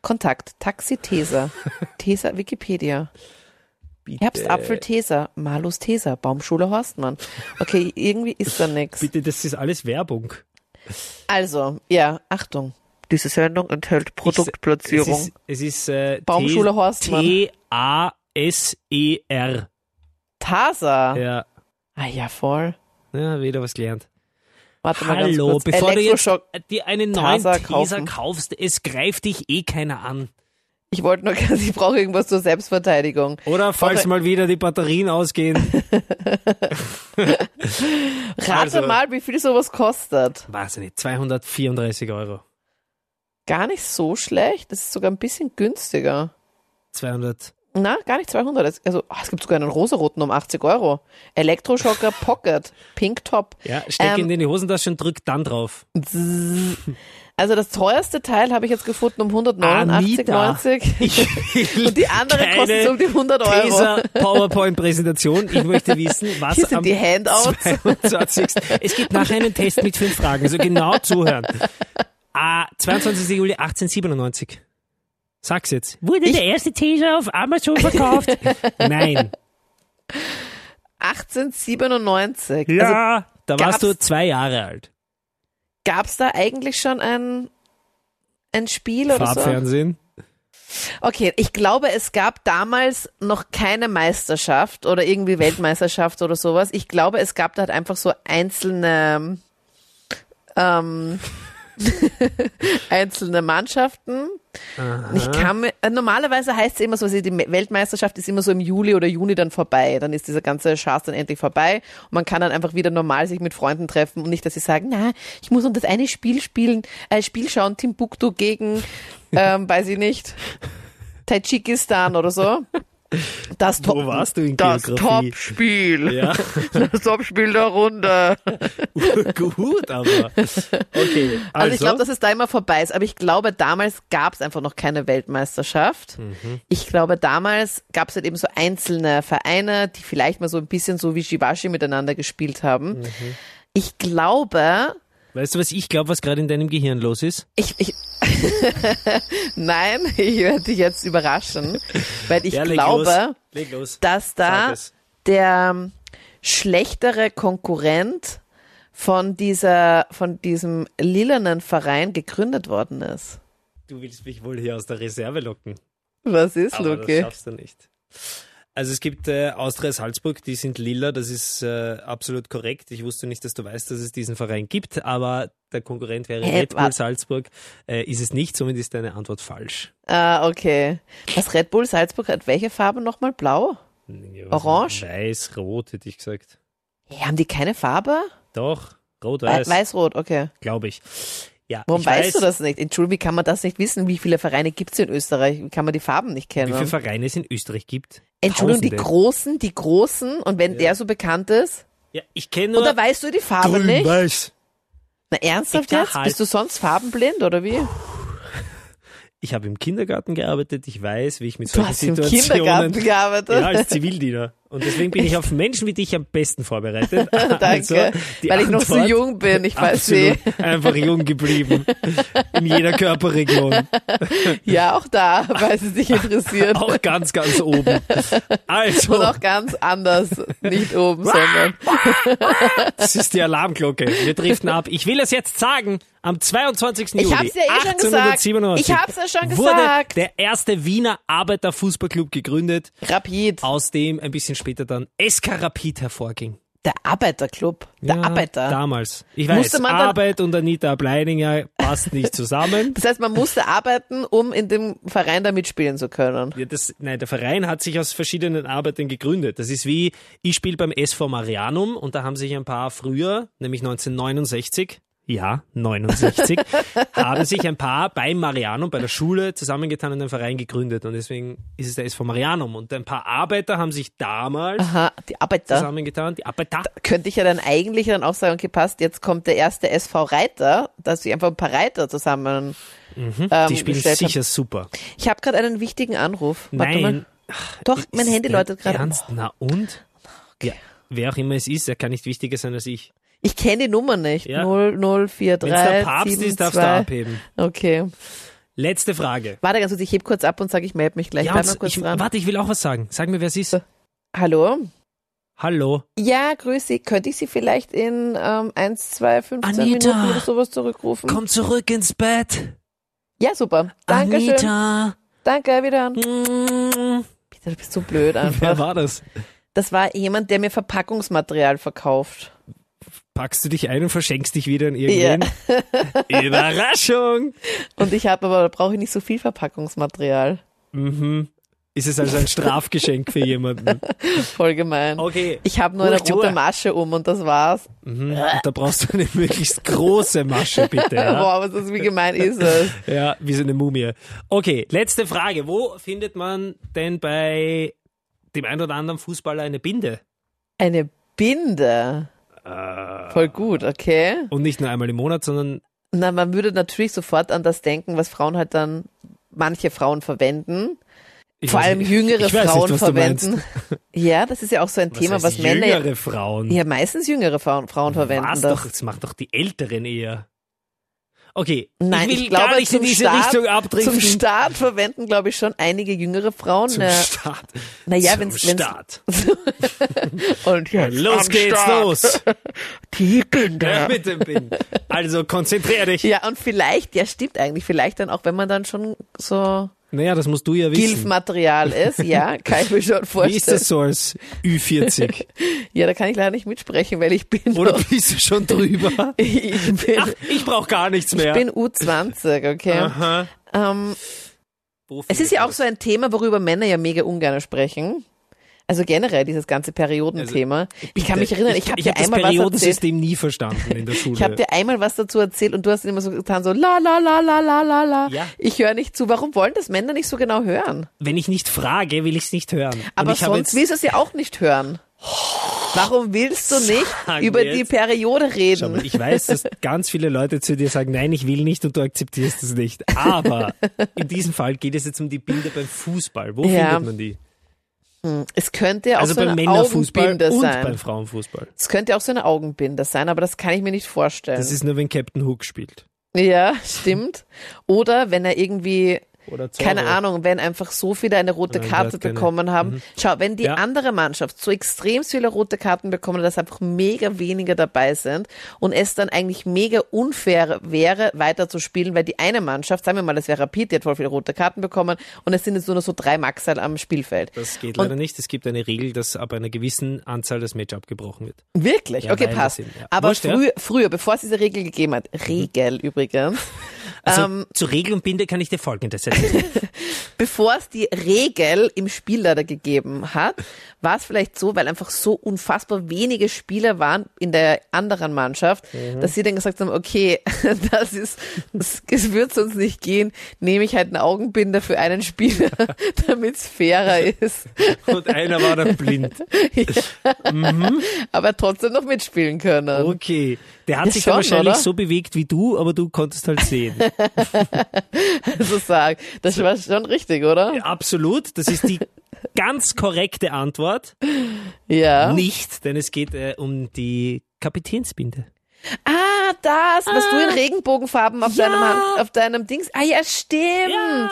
[SPEAKER 3] Kontakt. Taxi Teser. Teser, Wikipedia.
[SPEAKER 2] Bitte,
[SPEAKER 3] Herbstapfel Teser. Malus Teser. Baumschule Horstmann. Okay, irgendwie ist da nichts.
[SPEAKER 2] Bitte, das ist alles Werbung.
[SPEAKER 3] Also, ja, Achtung. Diese Sendung enthält
[SPEAKER 2] Es ist, es ist äh,
[SPEAKER 3] Baumschule Horstmann.
[SPEAKER 2] T-A-S-E-R.
[SPEAKER 3] Tasa.
[SPEAKER 2] Ja.
[SPEAKER 3] Ah ja, voll.
[SPEAKER 2] ja, wieder was gelernt.
[SPEAKER 3] Warte mal ganz
[SPEAKER 2] Hallo,
[SPEAKER 3] kurz.
[SPEAKER 2] bevor du jetzt
[SPEAKER 3] Elektroschock.
[SPEAKER 2] dir einen neuen
[SPEAKER 3] Taser
[SPEAKER 2] Taser,
[SPEAKER 3] kaufen.
[SPEAKER 2] kaufst, es greift dich eh keiner an.
[SPEAKER 3] Ich wollte nur, ich brauche irgendwas zur Selbstverteidigung.
[SPEAKER 2] Oder falls
[SPEAKER 3] Okay.
[SPEAKER 2] mal wieder die Batterien ausgehen.
[SPEAKER 3] Rate
[SPEAKER 2] Also-
[SPEAKER 3] mal, wie viel sowas kostet.
[SPEAKER 2] Weiß ich nicht, 234 Euro.
[SPEAKER 3] Gar nicht so schlecht. Das ist sogar ein bisschen günstiger.
[SPEAKER 2] 200.
[SPEAKER 3] Na, gar nicht 200. Es- Also, ah, es gibt sogar einen rosaroten um 80 Euro. Elektroschocker Pocket. Pink Top.
[SPEAKER 2] Ja, steck
[SPEAKER 3] Ähm,
[SPEAKER 2] ihn in die Hosentasche und drück dann drauf.
[SPEAKER 3] Also, das teuerste Teil habe ich jetzt gefunden um 189,90.
[SPEAKER 2] Ich will
[SPEAKER 3] Und die andere
[SPEAKER 2] keine
[SPEAKER 3] kostet so um die 100 Euro.
[SPEAKER 2] Taser PowerPoint Präsentation. Ich möchte wissen, was
[SPEAKER 3] Hier sind
[SPEAKER 2] am
[SPEAKER 3] die Handouts.
[SPEAKER 2] 22. Es gibt nachher einen Test mit fünf Fragen, also genau zuhören. Ah, 22. Juli 1897. Sag's jetzt. Wurde der erste Taser auf Amazon verkauft? Nein.
[SPEAKER 3] 1897. Also,
[SPEAKER 2] Ja, da
[SPEAKER 3] gab's-
[SPEAKER 2] warst du zwei Jahre alt.
[SPEAKER 3] gab es da eigentlich schon ein, ein Spiel oder so?
[SPEAKER 2] Farbfernsehen.
[SPEAKER 3] Okay, ich glaube, es gab damals noch keine Meisterschaft oder irgendwie Weltmeisterschaft oder sowas. Ich glaube, es gab da halt einfach so einzelne, ähm, einzelne Mannschaften. Ich kann mir, äh, normalerweise heißt es immer so, also die Me- Weltmeisterschaft ist immer so im Juli oder Juni dann vorbei. Dann ist dieser ganze Schatz dann endlich vorbei und man kann dann einfach wieder normal sich mit Freunden treffen und nicht, dass sie sagen, na, ich muss noch das eine Spiel spielen, äh, Spiel schauen, Timbuktu gegen, ähm, weiß ich nicht, Tadschikistan oder so. Das Top,
[SPEAKER 2] warst du in
[SPEAKER 3] das
[SPEAKER 2] Geografie?
[SPEAKER 3] Topspiel,
[SPEAKER 2] Ja,
[SPEAKER 3] das Topspiel der Runde.
[SPEAKER 2] gut, aber. Okay, also,
[SPEAKER 3] Also ich glaube, dass es da immer vorbei ist, aber ich glaube, damals gab es einfach noch keine Weltmeisterschaft.
[SPEAKER 2] Mhm.
[SPEAKER 3] Ich glaube, damals gab es halt eben so einzelne Vereine, die vielleicht mal so ein bisschen so wie Shibashi miteinander gespielt haben.
[SPEAKER 2] Mhm.
[SPEAKER 3] Ich glaube,
[SPEAKER 2] weißt du, was ich glaube, was gerade in deinem Gehirn los ist?
[SPEAKER 3] ich, ich nein, ich werde dich jetzt überraschen, weil ich
[SPEAKER 2] Ja, leg
[SPEAKER 3] glaube,
[SPEAKER 2] los. Leg los.
[SPEAKER 3] dass da
[SPEAKER 2] Sag es.
[SPEAKER 3] der ähm, schlechtere Konkurrent von dieser, von diesem lilanen Verein gegründet worden ist.
[SPEAKER 2] Du willst mich wohl hier aus der Reserve locken.
[SPEAKER 3] Was ist,
[SPEAKER 2] Aber
[SPEAKER 3] Luki?
[SPEAKER 2] das schaffst du nicht. Also es gibt äh, Austria Salzburg, die sind lila, das ist äh, absolut korrekt. Ich wusste nicht, dass du weißt, dass es diesen Verein gibt, aber der Konkurrent wäre
[SPEAKER 3] Hä,
[SPEAKER 2] Red Bull
[SPEAKER 3] wa-
[SPEAKER 2] Salzburg. Äh, ist es nicht, somit ist deine Antwort falsch.
[SPEAKER 3] Ah, okay. Was Red Bull Salzburg hat welche Farbe nochmal? Blau?
[SPEAKER 2] Ja, was-
[SPEAKER 3] Orange?
[SPEAKER 2] Weiß, rot hätte ich gesagt.
[SPEAKER 3] Hey, haben die keine Farbe?
[SPEAKER 2] Doch,
[SPEAKER 3] Wei-
[SPEAKER 2] rot-weiß,
[SPEAKER 3] Weiß-rot, okay.
[SPEAKER 2] glaube ich. Ja,
[SPEAKER 3] Warum
[SPEAKER 2] ich
[SPEAKER 3] weißt
[SPEAKER 2] weiß,
[SPEAKER 3] du das nicht? Entschuldigung, wie kann man das nicht wissen? Wie viele Vereine gibt's in Österreich? Wie kann man die Farben nicht
[SPEAKER 2] Wie viele
[SPEAKER 3] kennen?
[SPEAKER 2] Vereine es in Österreich gibt?
[SPEAKER 3] Entschuldigung, die
[SPEAKER 2] Tausende.
[SPEAKER 3] Großen, die Großen und wenn der so bekannt ist?
[SPEAKER 2] Ja, ich kenne nur
[SPEAKER 3] Oder weißt du die Farbe
[SPEAKER 2] grün,
[SPEAKER 3] nicht?
[SPEAKER 2] weiß.
[SPEAKER 3] Na ernsthaft
[SPEAKER 2] Ich kann
[SPEAKER 3] jetzt?
[SPEAKER 2] halt-
[SPEAKER 3] Bist du sonst farbenblind oder wie?
[SPEAKER 2] Ich habe im Kindergarten gearbeitet, ich weiß, wie ich mit
[SPEAKER 3] Du
[SPEAKER 2] solchen
[SPEAKER 3] hast im
[SPEAKER 2] Situationen
[SPEAKER 3] Kindergarten gearbeitet.
[SPEAKER 2] Ja, als Zivildiener. Und deswegen bin ich auf Menschen wie dich am besten vorbereitet. Also, Danke,
[SPEAKER 3] Danke, weil ich noch so jung bin, ich weiß eh.
[SPEAKER 2] Absolut,
[SPEAKER 3] wie.
[SPEAKER 2] einfach jung geblieben. In jeder Körperregion.
[SPEAKER 3] Ja, auch da, weil es dich interessiert.
[SPEAKER 2] Auch ganz, ganz oben.
[SPEAKER 3] Und
[SPEAKER 2] Also,
[SPEAKER 3] auch ganz anders. Nicht oben, sondern.
[SPEAKER 2] das ist die Alarmglocke. Wir driften ab. Ich will es jetzt sagen. Am 22.
[SPEAKER 3] Ich
[SPEAKER 2] Juli
[SPEAKER 3] hab's ja eh schon gesagt.
[SPEAKER 2] 1897
[SPEAKER 3] Ich hab's ja schon
[SPEAKER 2] wurde
[SPEAKER 3] gesagt.
[SPEAKER 2] der erste Wiener Arbeiterfußballclub gegründet,
[SPEAKER 3] Rapid.
[SPEAKER 2] aus dem ein bisschen später dann SK Rapid hervorging.
[SPEAKER 3] Der Arbeiterclub. Der
[SPEAKER 2] Ja,
[SPEAKER 3] Arbeiter.
[SPEAKER 2] Damals. Ich
[SPEAKER 3] Musste
[SPEAKER 2] weiß,
[SPEAKER 3] man dann-
[SPEAKER 2] Arbeit und Anita Bleininger passt nicht zusammen.
[SPEAKER 3] Das heißt, man musste arbeiten, um in dem Verein da mitspielen zu können.
[SPEAKER 2] Ja, das, nein, der Verein hat sich aus verschiedenen Arbeiten gegründet. Das ist wie, ich spiele beim SV Marianum und da haben sich ein paar früher, nämlich 1969, ja, 69, haben sich ein paar beim Marianum, bei der Schule, zusammengetan und einen Verein gegründet. Und deswegen ist es der SV Marianum. Und ein paar Arbeiter haben sich damals
[SPEAKER 3] Aha, die Arbeiter.
[SPEAKER 2] zusammengetan, die Arbeiter.
[SPEAKER 3] Könnte ich ja dann eigentlich dann auch sagen, okay, passt, jetzt kommt der erste SV Reiter, dass sich einfach ein paar Reiter zusammen. ähm,
[SPEAKER 2] Mhm. Die spielen
[SPEAKER 3] gestellt haben.
[SPEAKER 2] sicher super.
[SPEAKER 3] Ich habe gerade einen wichtigen Anruf. Warte
[SPEAKER 2] Nein,
[SPEAKER 3] mal. Doch, mein
[SPEAKER 2] Ist
[SPEAKER 3] Handy
[SPEAKER 2] dein
[SPEAKER 3] läutet gerade.
[SPEAKER 2] Ernst? Na und? Ja, wer auch immer es ist, er kann nicht wichtiger sein als ich.
[SPEAKER 3] Ich kenne die Nummer nicht.
[SPEAKER 2] Ja.
[SPEAKER 3] 0043.
[SPEAKER 2] Wenn es der Papst ist, darfst du abheben.
[SPEAKER 3] Okay.
[SPEAKER 2] Letzte Frage.
[SPEAKER 3] Warte ganz kurz, ich heb kurz ab und sage, ich melde mich gleich.
[SPEAKER 2] Ja,
[SPEAKER 3] Bleib
[SPEAKER 2] und
[SPEAKER 3] mal kurz
[SPEAKER 2] ich,
[SPEAKER 3] dran.
[SPEAKER 2] warte, ich will auch was sagen. Sag mir, wer es ist.
[SPEAKER 3] Hallo?
[SPEAKER 2] Hallo.
[SPEAKER 3] Ja, grüß Sie. Könnte ich Sie vielleicht in ähm, 1, 2, 15
[SPEAKER 2] Anita.
[SPEAKER 3] Minuten oder sowas zurückrufen?
[SPEAKER 2] Komm zurück ins Bett.
[SPEAKER 3] Ja, super. Dankeschön.
[SPEAKER 2] Anita.
[SPEAKER 3] Danke, wieder.
[SPEAKER 2] Mm.
[SPEAKER 3] Bitte, du bist so blöd
[SPEAKER 2] Wer
[SPEAKER 3] einfach.
[SPEAKER 2] war das?
[SPEAKER 3] Das war jemand, der mir Verpackungsmaterial verkauft.
[SPEAKER 2] packst du dich ein und verschenkst dich wieder in irgendwen. Überraschung!
[SPEAKER 3] Und ich habe aber, da brauche ich nicht so viel Verpackungsmaterial.
[SPEAKER 2] Mhm. Ist es also ein Strafgeschenk für jemanden?
[SPEAKER 3] Voll gemein.
[SPEAKER 2] Okay.
[SPEAKER 3] Ich habe nur eine
[SPEAKER 2] Huch,
[SPEAKER 3] rote
[SPEAKER 2] Joa.
[SPEAKER 3] Masche um und das war's.
[SPEAKER 2] Mhm. Und da brauchst du eine möglichst große Masche, bitte. Ja?
[SPEAKER 3] Boah, was das, wie gemein ist es?
[SPEAKER 2] ja, wie so eine Mumie. Okay, letzte Frage. Wo findet man denn bei dem einen oder anderen Fußballer eine Binde?
[SPEAKER 3] Eine Binde. Voll gut, okay.
[SPEAKER 2] Und nicht nur einmal im Monat, sondern
[SPEAKER 3] Na, man würde natürlich sofort an das denken, was Frauen halt dann, manche Frauen verwenden.
[SPEAKER 2] ich
[SPEAKER 3] vor
[SPEAKER 2] weiß
[SPEAKER 3] allem
[SPEAKER 2] nicht,
[SPEAKER 3] jüngere
[SPEAKER 2] ich weiß
[SPEAKER 3] Frauen
[SPEAKER 2] nicht, was Du meinst.
[SPEAKER 3] verwenden. Ja, das ist ja auch so ein
[SPEAKER 2] Was
[SPEAKER 3] Thema,
[SPEAKER 2] heißt
[SPEAKER 3] was Männer
[SPEAKER 2] jüngere Frauen.
[SPEAKER 3] ja meistens jüngere Frauen, Frauen verwenden.
[SPEAKER 2] Was
[SPEAKER 3] das.
[SPEAKER 2] doch, das macht doch die Älteren eher. Okay,
[SPEAKER 3] Nein,
[SPEAKER 2] ich will
[SPEAKER 3] ich glaube,
[SPEAKER 2] gar nicht in
[SPEAKER 3] zum
[SPEAKER 2] diese
[SPEAKER 3] Start-
[SPEAKER 2] Richtung abdriften.
[SPEAKER 3] Zum Start verwenden, glaube ich, schon einige jüngere Frauen.
[SPEAKER 2] Zum
[SPEAKER 3] äh,
[SPEAKER 2] Start.
[SPEAKER 3] naja,
[SPEAKER 2] Zum
[SPEAKER 3] wenn's, wenn's
[SPEAKER 2] Start.
[SPEAKER 3] und jetzt
[SPEAKER 2] Los
[SPEAKER 3] am
[SPEAKER 2] geht's
[SPEAKER 3] Start.
[SPEAKER 2] los.
[SPEAKER 3] Die Binde.
[SPEAKER 2] Ja, mit dem Pin. Also konzentrier dich.
[SPEAKER 3] Ja, und vielleicht, ja, stimmt eigentlich, vielleicht dann auch, wenn man dann schon so
[SPEAKER 2] Naja, das musst du ja wissen.
[SPEAKER 3] Gilf-Material ist, ja, kann ich mir schon
[SPEAKER 2] Wie ist
[SPEAKER 3] vorstellen.
[SPEAKER 2] das so als Ü40?
[SPEAKER 3] Ja, da kann ich leider nicht mitsprechen, weil ich bin,
[SPEAKER 2] Oder
[SPEAKER 3] noch-
[SPEAKER 2] bist du schon drüber?
[SPEAKER 3] Genau. ich bin,
[SPEAKER 2] Ach, ich brauche gar nichts
[SPEAKER 3] ich
[SPEAKER 2] mehr.
[SPEAKER 3] bin U20, okay.
[SPEAKER 2] Aha.
[SPEAKER 3] Ähm,
[SPEAKER 2] Wo
[SPEAKER 3] es ist ja auch
[SPEAKER 2] findet
[SPEAKER 3] so ein Thema, worüber Männer ja mega ungern sprechen. Also generell dieses ganze
[SPEAKER 2] Also,
[SPEAKER 3] Periodenthema. ich kann mich
[SPEAKER 2] das?
[SPEAKER 3] erinnern, ich, habe
[SPEAKER 2] ich
[SPEAKER 3] dir
[SPEAKER 2] hab das
[SPEAKER 3] einmal was erzählt.
[SPEAKER 2] Periodensystem nie verstanden in der Schule.
[SPEAKER 3] Ich habe dir einmal was dazu erzählt und du hast immer so getan, so la la la la la la la.
[SPEAKER 2] Ja.
[SPEAKER 3] Ich höre nicht zu. Warum wollen das Männer nicht so genau hören?
[SPEAKER 2] Wenn ich nicht frage, will ich es nicht hören.
[SPEAKER 3] Aber
[SPEAKER 2] und ich habe
[SPEAKER 3] sonst
[SPEAKER 2] jetzt,
[SPEAKER 3] willst du es ja auch nicht hören. Warum willst du nicht
[SPEAKER 2] Sag
[SPEAKER 3] über
[SPEAKER 2] jetzt.
[SPEAKER 3] die Periode
[SPEAKER 2] Schau
[SPEAKER 3] reden?
[SPEAKER 2] mal, ich weiß, dass ganz viele Leute zu dir sagen, nein, ich will nicht und du akzeptierst es nicht. Aber in diesem Fall geht es jetzt um die Binde beim Fußball. Wo
[SPEAKER 3] Ja.
[SPEAKER 2] findet man die?
[SPEAKER 3] Es könnte ja auch
[SPEAKER 2] Also
[SPEAKER 3] so
[SPEAKER 2] beim
[SPEAKER 3] eine
[SPEAKER 2] Männerfußball
[SPEAKER 3] Augenbinde
[SPEAKER 2] und beim
[SPEAKER 3] sein.
[SPEAKER 2] Frauenfußball.
[SPEAKER 3] Es könnte ja auch so eine Augenbinde sein, aber das kann ich mir nicht vorstellen.
[SPEAKER 2] Das ist nur, wenn Captain Hook spielt.
[SPEAKER 3] ja, stimmt. Oder wenn er irgendwie,
[SPEAKER 2] Oder Zorro.
[SPEAKER 3] keine Ahnung, wenn einfach so viele eine rote
[SPEAKER 2] Nein, der
[SPEAKER 3] Karte
[SPEAKER 2] hat keine. Mhm.
[SPEAKER 3] bekommen haben. Schau, wenn die
[SPEAKER 2] Ja.
[SPEAKER 3] andere Mannschaft so extrem viele rote Karten bekommen, dass einfach mega wenige dabei sind und es dann eigentlich mega unfair wäre, weiter zu spielen, weil die eine Mannschaft, sagen wir mal, das wäre Rapid, die hat voll viele rote Karten bekommen und es sind jetzt nur noch so drei Maxal am Spielfeld.
[SPEAKER 2] Das geht
[SPEAKER 3] Und-
[SPEAKER 2] leider nicht. Es gibt eine Regel, dass ab einer gewissen Anzahl das Match abgebrochen wird.
[SPEAKER 3] Wirklich?
[SPEAKER 2] Ja,
[SPEAKER 3] okay,
[SPEAKER 2] weil
[SPEAKER 3] passt.
[SPEAKER 2] das eben, ja.
[SPEAKER 3] Aber
[SPEAKER 2] Wurscht, ja.
[SPEAKER 3] früher, früher, bevor es diese Regel gegeben hat, Regel übrigens,
[SPEAKER 2] Also
[SPEAKER 3] Ähm,
[SPEAKER 2] zu Regel und Binde kann ich dir folgendes erzählen.
[SPEAKER 3] bevor es die Regel im Spiel leider gegeben hat, war es vielleicht so, weil einfach so unfassbar wenige Spieler waren in der anderen Mannschaft, dass sie dann gesagt haben, okay, das ist, es es wird sonst nicht gehen, nehme ich halt einen Augenbinder für einen Spieler, damit es fairer ist,
[SPEAKER 2] und einer war dann blind.
[SPEAKER 3] aber trotzdem noch mitspielen können.
[SPEAKER 2] Okay. Der hat
[SPEAKER 3] Ja,
[SPEAKER 2] sich
[SPEAKER 3] schon,
[SPEAKER 2] dann wahrscheinlich
[SPEAKER 3] Ähm, oder?
[SPEAKER 2] so bewegt wie du, aber du konntest halt sehen.
[SPEAKER 3] So sagen. Das war schon richtig, oder?
[SPEAKER 2] Absolut. Das ist die ganz korrekte Antwort.
[SPEAKER 3] Ja.
[SPEAKER 2] Nicht, denn es geht äh, um die Kapitänsbinde.
[SPEAKER 3] Ah, das, was du in Regenbogenfarben auf,
[SPEAKER 2] Ja.
[SPEAKER 3] deinem, Hand- auf deinem Dings. Ah ja, stimmt.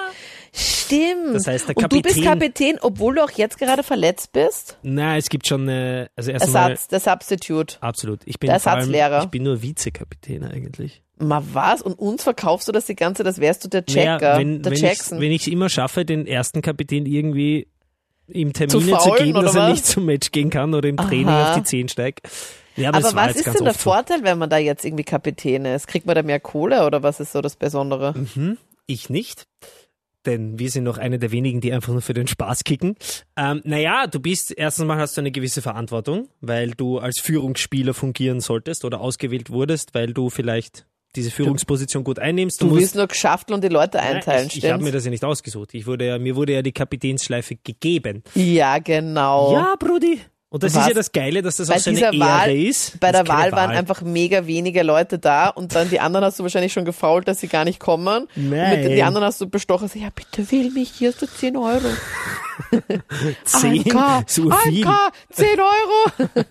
[SPEAKER 3] Stimmt.
[SPEAKER 2] Das heißt, der
[SPEAKER 3] Und du bist
[SPEAKER 2] Kapitän-
[SPEAKER 3] Kapitän, obwohl du auch jetzt gerade verletzt bist?
[SPEAKER 2] Na, es gibt schon, äh, also erstmal.
[SPEAKER 3] Ersatz, der Substitute.
[SPEAKER 2] Absolut. Ich bin
[SPEAKER 3] Der
[SPEAKER 2] vor allem,
[SPEAKER 3] Ersatzlehrer.
[SPEAKER 2] ich bin nur Vizekapitän eigentlich.
[SPEAKER 3] Mal was? Und uns verkaufst du das die ganze, das wärst du der Checker,
[SPEAKER 2] Naja, wenn,
[SPEAKER 3] der
[SPEAKER 2] wenn
[SPEAKER 3] Jackson.
[SPEAKER 2] Ich, wenn ich es immer schaffe, den ersten Kapitän irgendwie im Termin
[SPEAKER 3] Zu
[SPEAKER 2] zu,
[SPEAKER 3] faulen,
[SPEAKER 2] geben, dass
[SPEAKER 3] oder
[SPEAKER 2] er
[SPEAKER 3] was?
[SPEAKER 2] nicht zum Match gehen kann oder im Training
[SPEAKER 3] Aha.
[SPEAKER 2] auf die Zehen steigt. Ja, aber
[SPEAKER 3] aber
[SPEAKER 2] das war
[SPEAKER 3] was
[SPEAKER 2] jetzt
[SPEAKER 3] ist
[SPEAKER 2] ganz
[SPEAKER 3] denn der
[SPEAKER 2] oft so.
[SPEAKER 3] Vorteil, wenn man da jetzt irgendwie Kapitän ist? Kriegt man da mehr Kohle oder was ist so das Besondere?
[SPEAKER 2] Mhm, ich nicht. Denn wir sind noch eine der wenigen, die einfach nur für den Spaß kicken. Ähm, naja, du bist, erstens mal hast du eine gewisse Verantwortung, weil du als Führungsspieler fungieren solltest oder ausgewählt wurdest, weil du vielleicht diese Führungsposition gut einnimmst.
[SPEAKER 3] Du
[SPEAKER 2] musst
[SPEAKER 3] willst nur geschafft und die Leute einteilen,
[SPEAKER 2] ich, ich habe mir
[SPEAKER 3] stimmt?
[SPEAKER 2] das ja nicht ausgesucht. Ich wurde ja, mir wurde ja die Kapitänsschleife gegeben.
[SPEAKER 3] Ja, genau.
[SPEAKER 2] Ja, Brudi. Und das
[SPEAKER 3] Was?
[SPEAKER 2] ist ja das Geile, dass das
[SPEAKER 3] Bei
[SPEAKER 2] auch so eine
[SPEAKER 3] dieser
[SPEAKER 2] Ehre
[SPEAKER 3] Wahl-
[SPEAKER 2] ist.
[SPEAKER 3] Bei
[SPEAKER 2] Das
[SPEAKER 3] der
[SPEAKER 2] ist keine
[SPEAKER 3] Wahl waren einfach mega wenige Leute da und dann die anderen hast du wahrscheinlich schon gefault, dass sie gar nicht kommen. Und mit
[SPEAKER 2] Nein.
[SPEAKER 3] den die anderen hast du bestochen, so, ja bitte will mich, hier hast du 10 Euro.
[SPEAKER 2] zehn,
[SPEAKER 3] 1K,
[SPEAKER 2] so viel.
[SPEAKER 3] 1K, 10 Euro.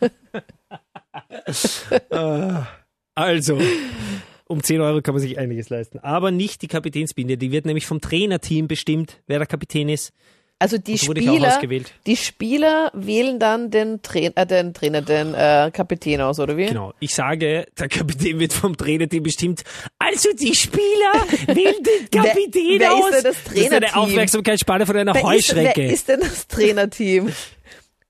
[SPEAKER 2] Also, um 10 Euro kann man sich einiges leisten. Aber nicht die Kapitänsbinde. Die wird nämlich vom Trainerteam bestimmt, wer der Kapitän ist.
[SPEAKER 3] Also die
[SPEAKER 2] So wurde ich auch
[SPEAKER 3] Spieler,
[SPEAKER 2] ausgewählt.
[SPEAKER 3] die Spieler wählen dann den, Train äh, den Trainer, den äh, Kapitän aus, oder wie?
[SPEAKER 2] Genau. Ich sage, der Kapitän wird vom Trainerteam bestimmt. Also die Spieler wählen den Kapitän
[SPEAKER 3] wer ist
[SPEAKER 2] aus.
[SPEAKER 3] denn das
[SPEAKER 2] ist eine
[SPEAKER 3] Trainerteam?
[SPEAKER 2] Aufmerksamkeitsspanne von einer
[SPEAKER 3] Wer ist,
[SPEAKER 2] Heuschrecke. Also
[SPEAKER 3] wer ist denn das Trainerteam?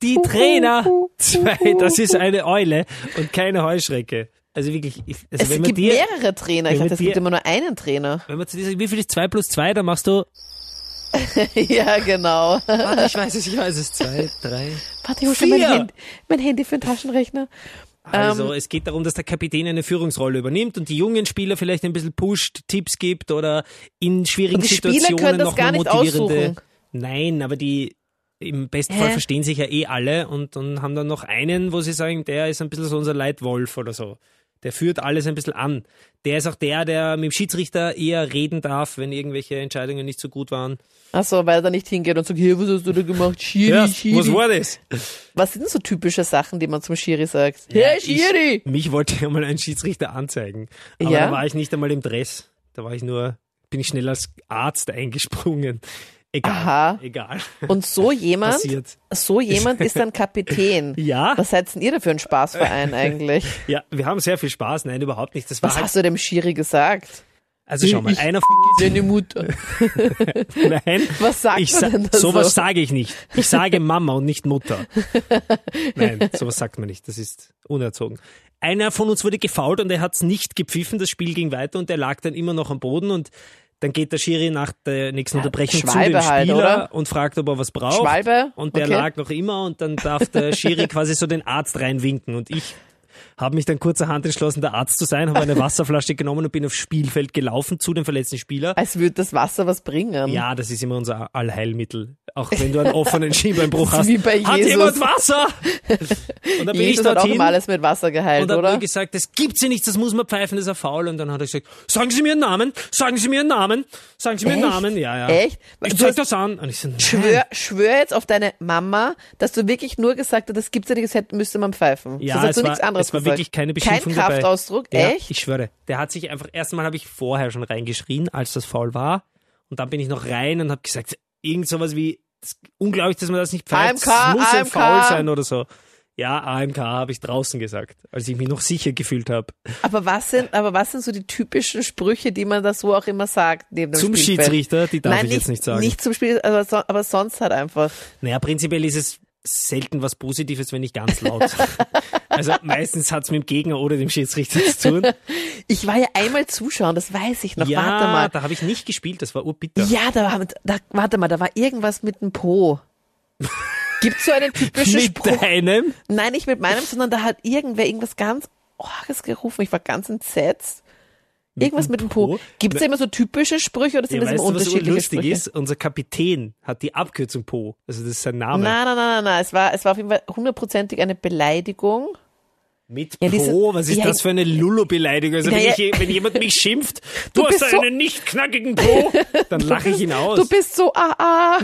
[SPEAKER 2] Die Trainer. Zwei, das ist eine Eule und keine Heuschrecke. Also wirklich, ich, also
[SPEAKER 3] Es
[SPEAKER 2] wenn man
[SPEAKER 3] gibt
[SPEAKER 2] dir,
[SPEAKER 3] mehrere Trainer.
[SPEAKER 2] wenn
[SPEAKER 3] Ich
[SPEAKER 2] man
[SPEAKER 3] dachte, es gibt
[SPEAKER 2] dir-
[SPEAKER 3] immer nur einen Trainer.
[SPEAKER 2] wenn man zu dieser, wie viel ist zwei plus zwei, dann machst du,
[SPEAKER 3] ja, genau.
[SPEAKER 2] warte, ich weiß es, ich weiß es, zwei, drei.
[SPEAKER 3] Warte, ich hol schon mein
[SPEAKER 2] Vier.
[SPEAKER 3] Handy, mein Handy für den Taschenrechner. Ähm,
[SPEAKER 2] Also, es geht darum, dass der Kapitän eine Führungsrolle übernimmt und die jungen Spieler vielleicht ein bisschen pusht, Tipps gibt oder in schwierigen
[SPEAKER 3] Und die Spieler
[SPEAKER 2] Situationen
[SPEAKER 3] können das
[SPEAKER 2] noch
[SPEAKER 3] gar
[SPEAKER 2] mal
[SPEAKER 3] nicht
[SPEAKER 2] motivierende.
[SPEAKER 3] aussuchen.
[SPEAKER 2] Nein, aber die im besten
[SPEAKER 3] Hä?
[SPEAKER 2] Fall verstehen sich ja eh alle und, und haben dann noch einen, wo sie sagen, der ist ein bisschen so unser Leitwolf oder so. Der führt alles ein bisschen an. Der ist auch der, der mit dem Schiedsrichter eher reden darf, wenn irgendwelche Entscheidungen nicht so gut waren.
[SPEAKER 3] Achso, weil er da nicht hingeht und sagt, hier, was hast du da gemacht? Schiri,
[SPEAKER 2] Ja, was
[SPEAKER 3] Schiri.
[SPEAKER 2] war das?
[SPEAKER 3] Was sind so typische Sachen, die man zum Schiri sagt? Ja,
[SPEAKER 2] ich-
[SPEAKER 3] Schiri!
[SPEAKER 2] Mich wollte ja mal ein Schiedsrichter anzeigen. Aber
[SPEAKER 3] Ja?
[SPEAKER 2] da war ich nicht einmal im Dress. Da war ich nur, bin ich schnell als Arzt eingesprungen. Egal.
[SPEAKER 3] Aha.
[SPEAKER 2] Egal.
[SPEAKER 3] Und so jemand,
[SPEAKER 2] Passiert.
[SPEAKER 3] so jemand ist dann Kapitän.
[SPEAKER 2] Ja?
[SPEAKER 3] Was seid denn ihr da für ein Spaßverein eigentlich?
[SPEAKER 2] Ja, wir haben sehr viel Spaß. Nein, überhaupt nicht. Das war
[SPEAKER 3] Was
[SPEAKER 2] halt,
[SPEAKER 3] hast du dem Schiri gesagt?
[SPEAKER 2] also schau mal,
[SPEAKER 3] Ich-
[SPEAKER 2] einer
[SPEAKER 3] Deine Mutter.
[SPEAKER 2] Nein.
[SPEAKER 3] Was sagt
[SPEAKER 2] Ich
[SPEAKER 3] man
[SPEAKER 2] sa
[SPEAKER 3] denn da
[SPEAKER 2] sowas
[SPEAKER 3] so?
[SPEAKER 2] sage ich nicht. Ich sage Mama und nicht Mutter. Nein, sowas sagt man nicht. Das ist unerzogen. Einer von uns wurde gefault und er hat es nicht gepfiffen. Das Spiel ging weiter und er lag dann immer noch am Boden und dann geht der Schiri nach der nächsten Unterbrechung zu dem
[SPEAKER 3] Schwalbe
[SPEAKER 2] Spieler
[SPEAKER 3] halt, oder?
[SPEAKER 2] und fragt, ob er was braucht.
[SPEAKER 3] Schwalbe?
[SPEAKER 2] Und der
[SPEAKER 3] Okay.
[SPEAKER 2] lag noch immer und dann darf der Schiri quasi so den Arzt reinwinken und ich habe mich dann kurzerhand entschlossen, der Arzt zu sein, habe eine Wasserflasche genommen und bin aufs Spielfeld gelaufen zu dem verletzten Spieler.
[SPEAKER 3] Als würde das Wasser was bringen.
[SPEAKER 2] Ja, das ist immer unser Allheilmittel. Auch wenn du einen offenen Schienbeinbruch
[SPEAKER 3] Das
[SPEAKER 2] hast.
[SPEAKER 3] ist wie bei
[SPEAKER 2] Hat
[SPEAKER 3] Jesus.
[SPEAKER 2] jemand Wasser? Und dann bin ich
[SPEAKER 3] Jesus hat auch
[SPEAKER 2] dorthin
[SPEAKER 3] immer alles mit Wasser geheilt,
[SPEAKER 2] und dann
[SPEAKER 3] oder?
[SPEAKER 2] mir gesagt, das gibt's ja nicht, das muss man pfeifen, das ist ein Foul. Und dann hat er gesagt, sagen Sie mir einen Namen, sagen Sie mir einen Namen, sagen Sie mir einen
[SPEAKER 3] Echt?
[SPEAKER 2] Namen. Ja, ja.
[SPEAKER 3] Echt?
[SPEAKER 2] Ich
[SPEAKER 3] Du
[SPEAKER 2] zeig
[SPEAKER 3] hast-
[SPEAKER 2] das an. Und ich so, nein.
[SPEAKER 3] Schwör, schwör jetzt auf deine Mama, dass du wirklich nur gesagt hast, das gibt's ja nicht, das hätte- müsste man pfeifen.
[SPEAKER 2] Ja,
[SPEAKER 3] Sonst hast
[SPEAKER 2] es
[SPEAKER 3] du
[SPEAKER 2] war,
[SPEAKER 3] nichts anderes
[SPEAKER 2] es war
[SPEAKER 3] gesagt.
[SPEAKER 2] wirklich keine Beschimpfung
[SPEAKER 3] Kein
[SPEAKER 2] dabei.
[SPEAKER 3] Kraftausdruck,
[SPEAKER 2] Ja,
[SPEAKER 3] echt?
[SPEAKER 2] Ich schwöre, der hat sich einfach, erstmal habe ich vorher schon reingeschrien, als das faul war. Und dann bin ich noch rein und habe gesagt, irgend sowas wie, das, unglaublich, dass man das nicht pfeift, es
[SPEAKER 3] AMK,
[SPEAKER 2] muss ja
[SPEAKER 3] AMK.
[SPEAKER 2] faul sein oder so. Ja, AMK habe ich draußen gesagt, als ich mich noch sicher gefühlt habe.
[SPEAKER 3] Aber was sind, aber was sind so die typischen Sprüche, die man da so auch immer sagt neben dem
[SPEAKER 2] Zum
[SPEAKER 3] Spielfeld?
[SPEAKER 2] Schiedsrichter, die darf
[SPEAKER 3] Nein,
[SPEAKER 2] ich
[SPEAKER 3] nicht,
[SPEAKER 2] jetzt nicht sagen.
[SPEAKER 3] Nicht zum Spiel, aber, so, aber sonst halt einfach.
[SPEAKER 2] Naja, prinzipiell ist es selten was Positives, wenn nicht ganz laut. also meistens hat's mit dem Gegner oder dem Schiedsrichter zu tun.
[SPEAKER 3] Ich war ja einmal zuschauen, das weiß ich noch.
[SPEAKER 2] ja,
[SPEAKER 3] warte mal.
[SPEAKER 2] da habe ich nicht gespielt, das war urbitter.
[SPEAKER 3] ja, da war, da, warte mal, da war irgendwas mit dem Po. Gibt's so einen typischen
[SPEAKER 2] mit
[SPEAKER 3] Spruch?
[SPEAKER 2] deinem
[SPEAKER 3] Nein, nicht mit meinem, sondern da hat irgendwer irgendwas ganz Orges gerufen. Ich war ganz entsetzt. Irgendwas mit dem Po.
[SPEAKER 2] Po?
[SPEAKER 3] Gibt es da immer so typische Sprüche oder sind
[SPEAKER 2] Ja,
[SPEAKER 3] das
[SPEAKER 2] weißt
[SPEAKER 3] immer
[SPEAKER 2] du, was
[SPEAKER 3] unterschiedliche
[SPEAKER 2] urlustig
[SPEAKER 3] Sprüche?
[SPEAKER 2] ist? Unser Kapitän hat die Abkürzung Po. Also das ist sein Name.
[SPEAKER 3] Nein, nein, nein, nein, nein. Es war, es war auf jeden Fall hundertprozentig eine Beleidigung.
[SPEAKER 2] Mit
[SPEAKER 3] Ja, diese-
[SPEAKER 2] Po, was ist
[SPEAKER 3] ja,
[SPEAKER 2] das für eine Lullo-Beleidigung? Also
[SPEAKER 3] Naja.
[SPEAKER 2] wenn, ich, wenn jemand mich schimpft, du,
[SPEAKER 3] Du
[SPEAKER 2] hast
[SPEAKER 3] bist so-
[SPEAKER 2] einen nicht knackigen Po, dann lache ich ihn aus.
[SPEAKER 3] Du bist so, ah, ah.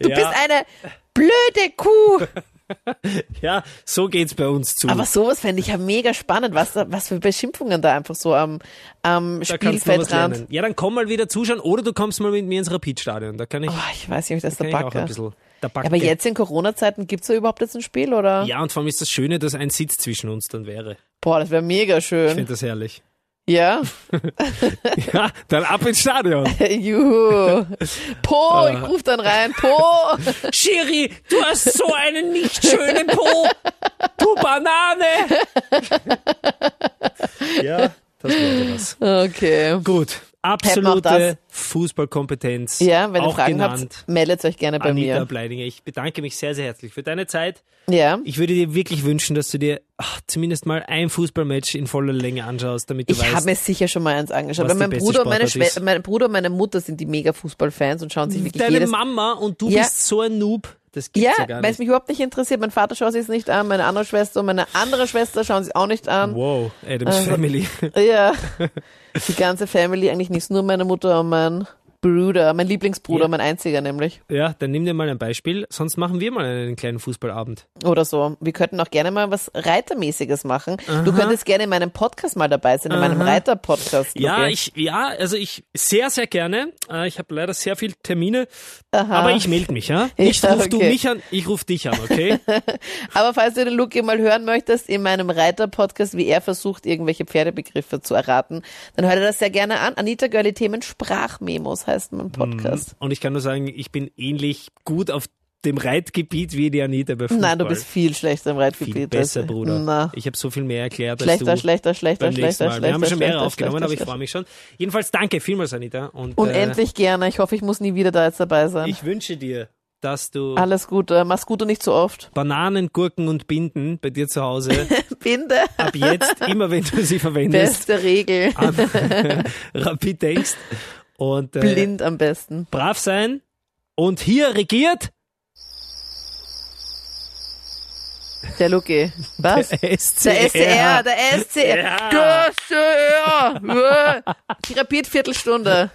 [SPEAKER 3] Du
[SPEAKER 2] ja,
[SPEAKER 3] bist eine blöde Kuh.
[SPEAKER 2] ja, so geht's bei uns zu.
[SPEAKER 3] Aber sowas fände ich ja mega spannend, was, da- was für Beschimpfungen da einfach so am, am
[SPEAKER 2] da kannst du was
[SPEAKER 3] Spielfeldrand.
[SPEAKER 2] lernen. Ja, dann komm mal wieder zuschauen oder du kommst mal mit mir ins Rapid-Stadion. Da kann ich,
[SPEAKER 3] Oh, ich weiß nicht, ob ich das
[SPEAKER 2] kann
[SPEAKER 3] da
[SPEAKER 2] ich auch ein
[SPEAKER 3] packe.
[SPEAKER 2] bisschen da backe.
[SPEAKER 3] Aber jetzt in Corona-Zeiten gibt's da überhaupt jetzt ein Spiel, oder?
[SPEAKER 2] ja, und vor allem ist das Schöne, dass ein Sitz zwischen uns dann wäre.
[SPEAKER 3] Boah, das wäre mega
[SPEAKER 2] Ich
[SPEAKER 3] schön.
[SPEAKER 2] finde das herrlich.
[SPEAKER 3] Ja.
[SPEAKER 2] Ja, dann ab ins Stadion.
[SPEAKER 3] Juhu. Po,
[SPEAKER 2] Ah.
[SPEAKER 3] ich ruf dann rein. Po.
[SPEAKER 2] Schiri, du hast so einen nicht schönen Po. Du Banane. Ja, das wäre was.
[SPEAKER 3] Okay.
[SPEAKER 2] Gut.
[SPEAKER 3] das.
[SPEAKER 2] Absolute Fußballkompetenz.
[SPEAKER 3] Ja, wenn ihr
[SPEAKER 2] auch
[SPEAKER 3] Fragen
[SPEAKER 2] genannt.
[SPEAKER 3] habt, meldet euch gerne bei
[SPEAKER 2] Anita
[SPEAKER 3] mir.
[SPEAKER 2] Bleidinger, ich bedanke mich sehr, sehr herzlich für deine Zeit.
[SPEAKER 3] Ja.
[SPEAKER 2] Ich würde dir wirklich wünschen, dass du dir ach, zumindest mal ein Fußballmatch in voller Länge anschaust, damit du
[SPEAKER 3] Ich
[SPEAKER 2] weißt.
[SPEAKER 3] habe mir sicher schon mal eins angeschaut.
[SPEAKER 2] was
[SPEAKER 3] Weil mein
[SPEAKER 2] die beste
[SPEAKER 3] Bruder, und meine
[SPEAKER 2] Sportart Hm,
[SPEAKER 3] Schwe- mein Bruder und meine Mutter sind die mega Fußballfans und schauen sich wirklich
[SPEAKER 2] Deine
[SPEAKER 3] jedes
[SPEAKER 2] Mama und du
[SPEAKER 3] Ja.
[SPEAKER 2] bist so ein Noob. Das gibt's
[SPEAKER 3] Ja,
[SPEAKER 2] ja, gar
[SPEAKER 3] weil es
[SPEAKER 2] nicht.
[SPEAKER 3] mich überhaupt nicht interessiert. Mein Vater schaut sich nicht an, meine andere Schwester und meine andere Schwester schauen sich auch nicht an.
[SPEAKER 2] Wow, Adams
[SPEAKER 3] Ähm,
[SPEAKER 2] Family.
[SPEAKER 3] Ja. Die ganze Family eigentlich nicht. Nur meine Mutter und mein Bruder, mein Lieblingsbruder,
[SPEAKER 2] Ja.
[SPEAKER 3] mein einziger nämlich.
[SPEAKER 2] Ja, dann nimm dir mal ein Beispiel, sonst machen wir mal einen kleinen Fußballabend.
[SPEAKER 3] Oder so. Wir könnten auch gerne mal was Reitermäßiges machen. Du könntest gerne in meinem Podcast mal dabei sein, in meinem Reiter-Podcast.
[SPEAKER 2] Ja,
[SPEAKER 3] Luki.
[SPEAKER 2] ich, ja, also ich sehr, sehr gerne. Äh, Ich habe leider sehr viele Termine,
[SPEAKER 3] Aha.
[SPEAKER 2] aber ich melde mich, ja? Ich
[SPEAKER 3] Ja,
[SPEAKER 2] ruf du
[SPEAKER 3] okay.
[SPEAKER 2] mich an, ich ruf dich an, okay?
[SPEAKER 3] Aber falls du den Luki mal hören möchtest, in meinem Reiter-Podcast, wie er versucht, irgendwelche Pferdebegriffe zu erraten, dann hör dir das sehr gerne an. Anita Görli Themen Sprachmemos heißt mein Podcast.
[SPEAKER 2] Und ich kann nur sagen, ich bin ähnlich gut auf dem Reitgebiet wie die Anita bei Fußball.
[SPEAKER 3] Nein, du bist viel schlechter im Reitgebiet.
[SPEAKER 2] viel besser,
[SPEAKER 3] als-
[SPEAKER 2] Bruder.
[SPEAKER 3] Na.
[SPEAKER 2] Ich habe so viel mehr erklärt
[SPEAKER 3] Schlechter,
[SPEAKER 2] als du.
[SPEAKER 3] schlechter, schlechter,
[SPEAKER 2] beim nächsten
[SPEAKER 3] schlechter,
[SPEAKER 2] Mal.
[SPEAKER 3] schlechter.
[SPEAKER 2] Wir haben schon mehrere
[SPEAKER 3] schlechter,
[SPEAKER 2] aufgenommen,
[SPEAKER 3] schlechter,
[SPEAKER 2] aber ich
[SPEAKER 3] schlechter.
[SPEAKER 2] freue mich schon. Jedenfalls danke vielmals, Anita. Und,
[SPEAKER 3] Unendlich gerne. Ich hoffe, ich muss nie wieder da jetzt dabei
[SPEAKER 2] Äh,
[SPEAKER 3] sein.
[SPEAKER 2] ich wünsche dir, dass du
[SPEAKER 3] Alles gut. äh, Mach's gut und nicht zu oft.
[SPEAKER 2] Bananen, Gurken und Binden bei dir zu Hause
[SPEAKER 3] Binde.
[SPEAKER 2] ab jetzt, immer wenn du sie verwendest,
[SPEAKER 3] Beste Regel.
[SPEAKER 2] an Rapid denkst. Und äh,
[SPEAKER 3] Blind am besten.
[SPEAKER 2] brav sein. Und hier regiert
[SPEAKER 3] Der Lucky. Was?
[SPEAKER 2] der SCR.
[SPEAKER 3] Der SCR, der SCR.
[SPEAKER 2] Ja.
[SPEAKER 3] Der SCR. Äh. Die Rapid-Viertelstunde.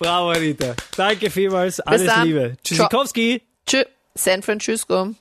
[SPEAKER 2] Bravo, Anita. Danke vielmals. Alles
[SPEAKER 3] dann.
[SPEAKER 2] Liebe.
[SPEAKER 3] Ciao.
[SPEAKER 2] Tschüssikowski.
[SPEAKER 3] Tschö. San Francisco.